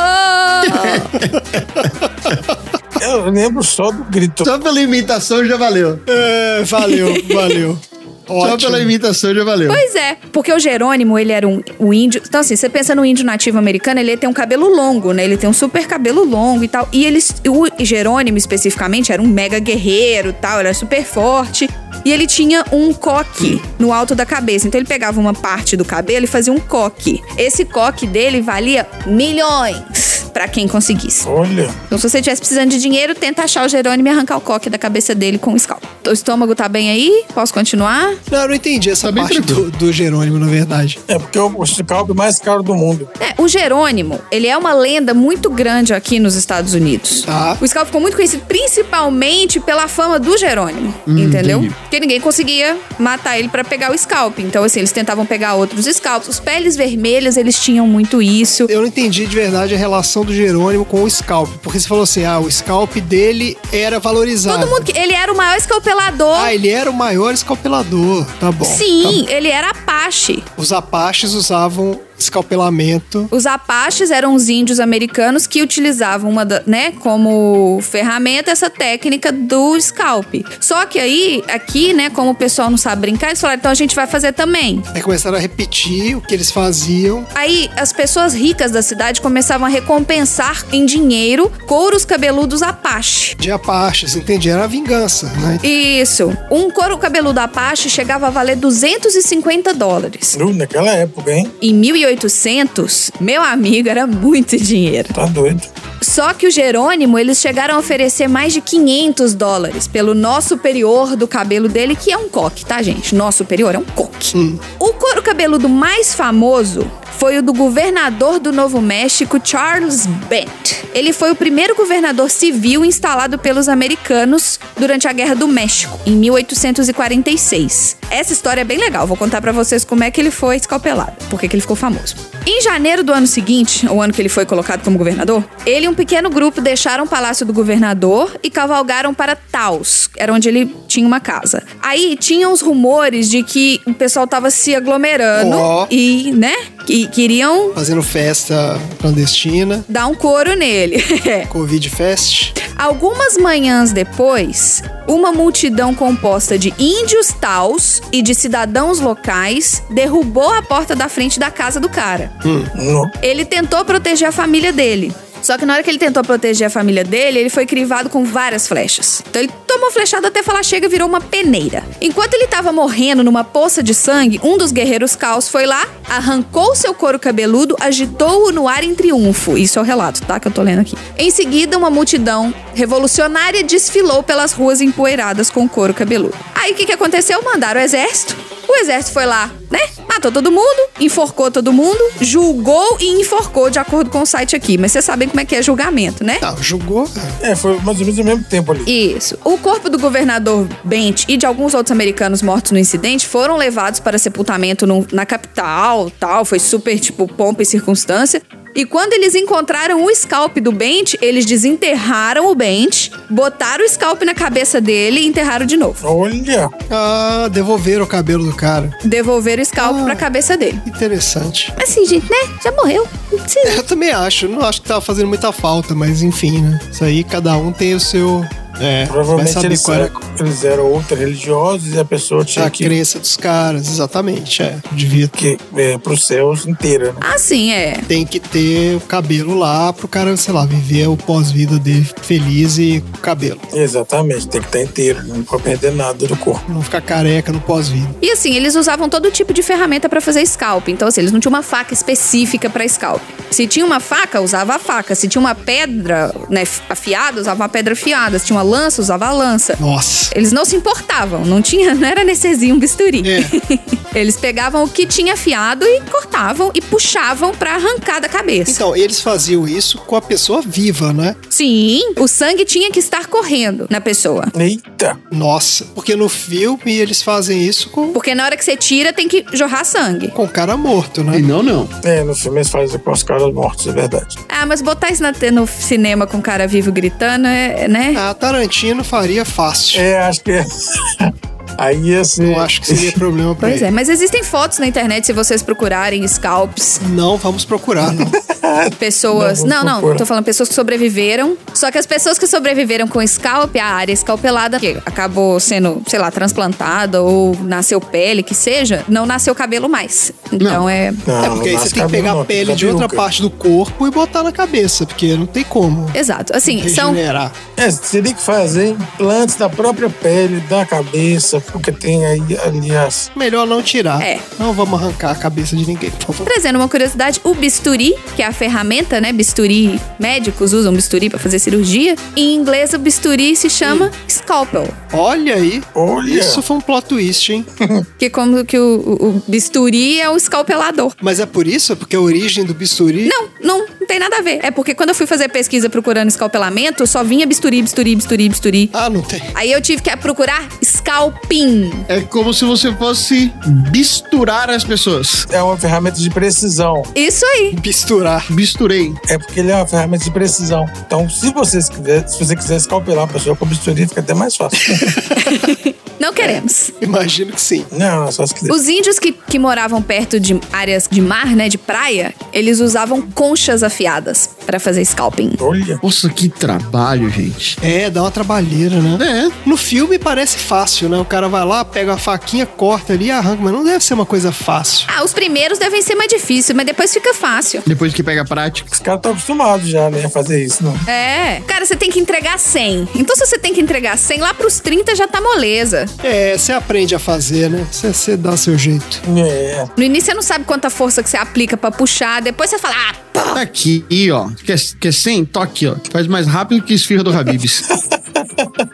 Eu lembro só do grito.
só pela imitação já valeu.
É, valeu, valeu.
Só pela
Ótimo.
imitação já valeu.
pois é, porque o Jerônimo, ele era um, um índio... Então assim, você pensa no índio nativo americano, ele tem um cabelo longo, né? Ele tem um super cabelo longo e tal. E eles, o Jerônimo especificamente era um mega guerreiro e tal, era super forte. E ele tinha um coque no alto da cabeça. Então ele pegava uma parte do cabelo e fazia um coque. Esse coque dele valia milhões pra quem conseguisse.
Olha,
Então, se você estivesse precisando de dinheiro, tenta achar o Jerônimo e arrancar o coque da cabeça dele com o escalpo. O estômago tá bem aí? Posso continuar?
Não, eu não entendi essa
Tá bem
parte do, do Jerônimo, na verdade.
é porque é o scalp mais caro do mundo.
É, o Jerônimo, ele é uma lenda muito grande aqui nos Estados Unidos.
Tá.
O Scalp ficou muito conhecido principalmente pela fama do Jerônimo,
Hum,
entendeu? Porque ninguém conseguia matar ele pra pegar o Scalp. Então, assim, eles tentavam pegar outros Scalps. Os peles vermelhas, eles tinham muito isso.
Eu não entendi de verdade a relação do Jerônimo com o Scalp. Porque você falou assim, ah, o Scalp dele era valorizado.
Todo mundo que... Ele era o maior escalpelador.
Ah, ele era o maior escalpelador. Tá bom.
Sim, ele era Apache.
Os apaches usavam escalpelamento.
Os apaches eram os índios americanos que utilizavam uma, da- né, como ferramenta essa técnica do scalp. Só que aí, aqui, né, como o pessoal não sabe brincar, eles falaram, então a gente vai fazer também.
Aí começaram a repetir o que eles faziam.
Aí as pessoas ricas da cidade começavam a recompensar em dinheiro couros cabeludos apache.
De apaches, entendi. Era a vingança, né?
Isso. Um couro cabeludo apache chegava a valer 250 dólares.
Nu, Naquela época, hein?
Em 1800, meu amigo, era muito dinheiro.
Tá doido.
Só que o Jerônimo, eles chegaram a oferecer mais de 500 dólares pelo nó superior do cabelo dele, que é um coque, tá, gente? Nó superior é um coque. O couro cabeludo mais famoso foi o do governador do Novo México, Charles Bent. Ele foi o primeiro governador civil instalado pelos americanos durante a Guerra do México, em 1846. Essa história é bem legal, vou contar pra vocês como é que ele foi escalpelado, porque que ele ficou famoso. Em janeiro do ano seguinte, o ano que ele foi colocado como governador, ele e um pequeno grupo deixaram o palácio do governador e cavalgaram para Taos, era onde ele tinha uma casa. Aí tinham os rumores de que o pessoal tava se aglomerando
Ó.
e, né, que queriam
Fazendo festa clandestina,
dar um couro nele. É.
Covid Fest.
Algumas manhãs depois, uma multidão composta de índios taus e de cidadãos locais derrubou a porta da frente da casa do cara.
Nu.
Ele tentou proteger a família dele. Só que na hora que ele tentou proteger a família dele, ele foi crivado com várias flechas. Então ele tomou flechada até falar chega e virou uma peneira. Enquanto ele tava morrendo numa poça de sangue, um dos guerreiros caos foi lá, arrancou seu couro cabeludo, agitou-o no ar em triunfo. Isso é o relato, tá? Que eu tô lendo aqui. Em seguida, uma multidão revolucionária desfilou pelas ruas empoeiradas com o couro cabeludo. Aí o que, que aconteceu? Mandaram o exército. O exército foi lá, né? Matou todo mundo, enforcou todo mundo, julgou e enforcou, de acordo com o site aqui. Mas vocês sabem como é que é julgamento, né?
Tá, julgou.
É, foi mais ou menos ao mesmo tempo ali.
Isso. O corpo do governador Bent e de alguns outros americanos mortos no incidente foram levados para sepultamento num- na capital, tal. Foi super, tipo, pompa e circunstância. E quando eles encontraram o scalp do Bent, eles desenterraram o Bent, botaram o scalp na cabeça dele e enterraram de novo.
Olha,
Ah, devolveram o cabelo do cara.
Devolveram o scalp pra cabeça dele.
Interessante.
Ah. Assim, gente, né? Já morreu. Não precisa.
Eu também acho. Não acho que tava fazendo muita falta, mas enfim, né? Isso aí, cada um tem o seu. É, vai
provavelmente
saber
eles,
qual era Ah,
eram, eles eram ultra religiosos e a pessoa tinha
a
que,
crença dos caras. Exatamente, é. Devia ter.
que é, pros céus inteira, né?
Assim, é.
Tem que ter o cabelo lá pro cara, sei lá, viver o pós-vida dele feliz e com cabelo.
Exatamente, tem que estar inteiro, não pode perder nada do corpo.
Não ficar careca no pós-vida.
E assim, eles usavam todo tipo de ferramenta pra fazer scalp. Então, assim, eles não tinham uma faca específica pra scalp. Se tinha uma faca, usava a faca. Se tinha uma pedra, né, afiada, usava uma pedra afiada. Se tinha uma lança, usava a lança.
Nossa.
Eles não se importavam, não tinha, não era necessinho um bisturi.
É.
Eles pegavam o que tinha afiado e cortavam e puxavam pra arrancar da cabeça.
Então, eles faziam isso com a pessoa viva, né?
Sim, o sangue tinha que estar correndo na pessoa.
Eita!
Nossa. Porque no filme eles fazem isso com,
Porque na hora que você tira, tem que jorrar sangue.
com o cara morto,
E
né?
não, não.
É, no filme eles fazem com os caras mortos, é verdade.
Ah, mas botar isso na- no cinema com o cara vivo gritando, é, né?
Ah, Tarantino faria fácil.
É, acho que é. Aí ia ser.
Não acho que seria problema pra
Pois
ele.
é, mas existem fotos na internet se vocês procurarem scalps,
Não, vamos procurar, não.
pessoas.
Não,
Não,
vou
não,
procurar.
tô falando pessoas que sobreviveram. Só que as pessoas que sobreviveram com scalp, a área escalpelada, que acabou sendo, sei lá, transplantada ou nasceu pele, que seja, não nasceu cabelo mais. Então é.
Não,
é porque
não
aí você
nasce
tem que
cabelo,
pegar
não,
a pele de outra
peruca.
parte do corpo e botar na cabeça, porque não tem como
Exato. Assim, são.
regenerar.
É, você teria que fazer implantes da própria pele, da cabeça, porque tem aí, aliás,
Melhor não tirar.
É.
Não vamos arrancar a cabeça de ninguém, por favor.
Trazendo uma curiosidade, o bisturi, que é a ferramenta, né? Bisturi, médicos usam bisturi pra fazer cirurgia. Em inglês, o bisturi se chama scalpel.
Olha aí.
Olha.
Isso foi um plot twist, hein?
Que como que o, o- o bisturi é o escalpelador.
Mas é por isso? É porque a origem do bisturi.
Não, não, não tem nada a ver. É porque quando eu fui fazer pesquisa procurando escalpelamento, só vinha bisturi, bisturi, bisturi, bisturi.
Ah, não tem.
Aí eu tive que procurar scalping.
É como se você fosse bisturar as pessoas.
é uma ferramenta de precisão.
Isso aí.
Bisturar.
Bisturei.
É porque ele é uma ferramenta de precisão. Então, se você quiser, se você quiser escalpelar uma pessoa com bisturi, fica até mais fácil.
Não queremos.
É. Imagino que sim.
não, é só se quiser.
Os índios que, que moravam perto de áreas de mar, né, de praia, eles usavam conchas afiadas pra fazer scalping.
Olha.
Nossa, que trabalho, gente.
É, dá uma trabalheira, né? É. No filme parece fácil, né? O cara vai lá, pega a faquinha, corta ali e arranca. Mas não deve ser uma coisa fácil.
Ah, os primeiros devem ser mais difíceis, mas depois fica fácil.
Depois que pega a prática.
Os caras estão acostumados já, né, a fazer isso, não?
É. Cara, você tem que entregar 100. Então, se você tem que entregar 100, lá pros 30 já tá moleza.
É, você aprende a fazer, né? Você, você dá o seu jeito.
É.
No início, você não sabe quanta força que você aplica pra puxar. Depois, você fala, ah, pá.
Tá aqui, e ó. Quer, quer 100? Toque, ó. Faz mais rápido que esfirra do Habibs.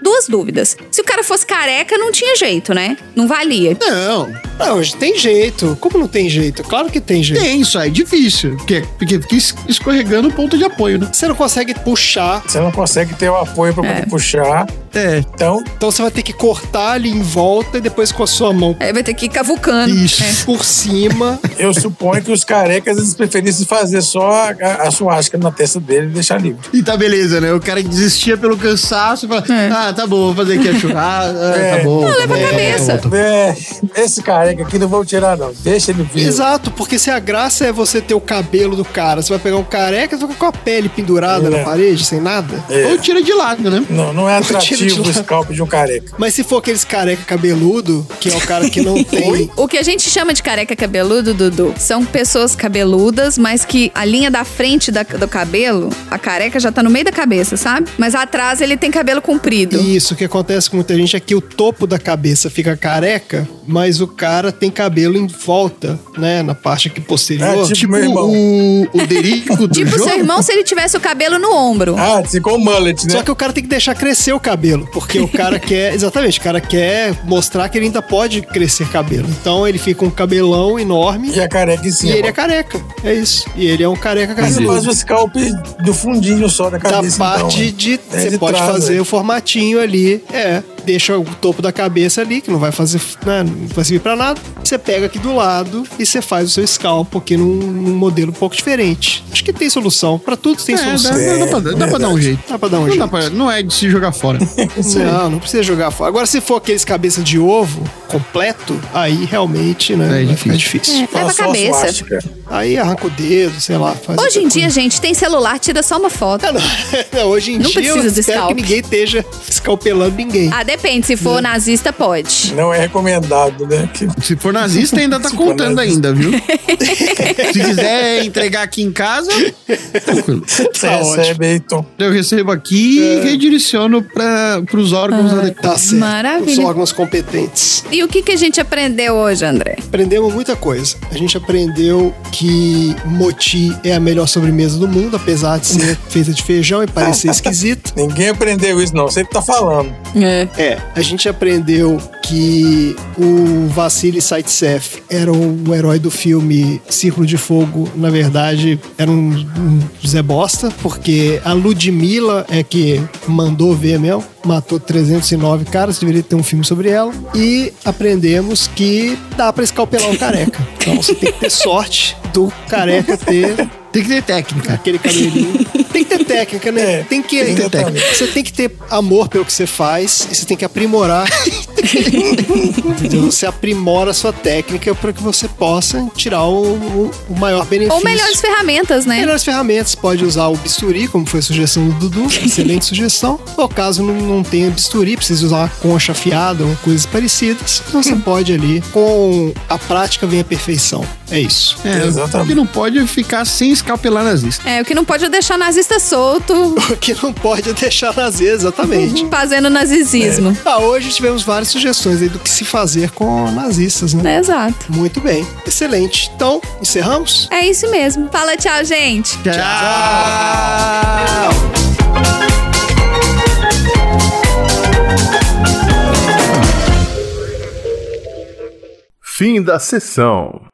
Duas dúvidas. Se o cara fosse careca, não tinha jeito, né? Não valia.
Não,
Não, hoje tem jeito. Como não tem jeito? Claro que tem jeito.
tem, só é difícil. Porque, porque fica es- escorregando o ponto de apoio, né?
Você não consegue puxar.
Você não consegue ter o apoio pra poder puxar.
É,
Então,
Então você vai ter que cortar ali em volta e depois com a sua mão
Aí vai ter que ir cavucando.
Isso.
É.
por cima.
eu suponho que os carecas eles preferissem fazer só a, a, a suasca na testa dele e deixar livre.
E tá beleza, né? O cara que desistia pelo cansaço e fala: Ah, tá bom, vou fazer aqui a churrasca. Ah,
É.
tá bom. Não,
leva a cabeça.
É, esse careca aqui não vou tirar, não. Deixa ele vir.
Exato, porque se a graça é você ter o cabelo do cara, você vai pegar um careca e fica com a pele pendurada
É.
na parede, sem nada.
Ou tira de lado, né?
Não, não é
Tira de
atrativo
lá.
o scalp de um careca.
Mas se for aqueles careca cabeludo, que é o cara que não tem.
O que a gente chama de careca cabeludo, Dudu, são pessoas cabeludas, mas que a linha da frente da- do cabelo, a careca já tá no meio da cabeça, sabe? Mas atrás ele tem cabelo comprido.
Então. Isso, o que acontece com muita gente é que o topo da cabeça fica careca, mas o cara tem cabelo em volta, né? Na parte aqui posterior.
É, tipo-
Tipo
Meu irmão.
o, o Derico do
Tipo
jogo. é
seu irmão se ele tivesse o cabelo no ombro.
Ah, ficou o mullet, né?
Só que o cara tem que deixar crescer o cabelo, porque o cara quer. Exatamente, o cara quer mostrar que ele ainda pode crescer cabelo. Então ele fica com um cabelão enorme.
E assim a careca em
E
cima.
ele é careca. É isso. E ele é um careca
Mas Você faz
cabeludo.
o scalp do fundinho só da
Da
cabeça.
parte
então,
de.
é
Você pode
trás,
fazer
né?
o formatinho ali. É. Deixa o topo da cabeça ali, que não vai fazer. né, não vai servir pra nada. Você pega aqui do lado e você faz o seu scalp aqui num, num modelo um pouco diferente. Acho que tem solução. Pra tudo tem
É,
solução.
dá, dá- dá pra, dá pra dar um jeito.
Dá pra dar um
não,
jeito.
dá pra- não é de se jogar fora.
Não, não precisa jogar fora. Agora, se for aqueles cabeça de ovo completo, aí realmente, né?
É
vai ficar
difícil.
difícil.
Leva a
Faz só
cabeça.
suástica.
Aí arranca o dedo, sei lá. Faz
Hoje em
outra
dia, gente, tem celular, tira só uma foto.
coisa. Não, hoje em
Não
dia eu
precisa de
espero que
scalp.
ninguém esteja escalpelando ninguém.
Ah, depende. Se
Hum.
for nazista, pode.
Não é recomendado, né? Que
Tá
Se for nazista, ainda tá
Se for
contando
nazista.
ainda, viu? se quiser entregar aqui em casa, tranquilo.
você
Tá
recebe aí, é Tom.
Eu recebo aqui
É.
e redireciono pra, pros
Ah,
órgãos adequados.
Tá certo.
Maravilha.
Os órgãos competentes.
E o que, que a gente aprendeu hoje, André?
Aprendemos muita coisa. A gente aprendeu que moti é a melhor sobremesa do mundo, apesar de ser feita de feijão e parecer esquisito.
Ninguém aprendeu isso, não. Você que tá falando.
É.
É, a gente aprendeu que o Vasily Saitsev era o herói do filme Círculo de Fogo, na verdade, era um, um Zé Bosta, porque a Ludmilla é que mandou ver mesmo, matou 309 caras, deveria ter um filme sobre ela, e aprendemos que dá pra escalpelar um careca. Então você tem que ter sorte do careca ter
Tem que ter técnica.
aquele cabelinho. tem que ter técnica, né?
É,
tem que.
tem que ter técnica.
Você tem que ter amor pelo que você faz e você tem que aprimorar. Entendeu? Você aprimora a sua técnica para que você possa tirar o, o- o maior benefício.
Ou melhores ferramentas, né?
Melhores ferramentas, pode usar o bisturi, como foi a sugestão do Dudu, excelente sugestão. Ou caso não, não tenha bisturi, precisa usar uma concha afiada ou coisas parecidas, então
Hum.
você pode ali. Com a prática vem a perfeição. É isso.
É,
Exatamente.
O que não pode é ficar sem escapelar nazista.
É, o que não pode é deixar nazista solto,
O que não pode é deixar nascer,
Uhum.
exatamente.
fazendo nazismo.
Ah, hoje tivemos várias sugestões aí do que se fazer com nazistas, né?
Exato.
Muito bem, excelente. Então, encerramos?
É isso mesmo. Fala tchau, gente.
Tchau!
Fim da sessão.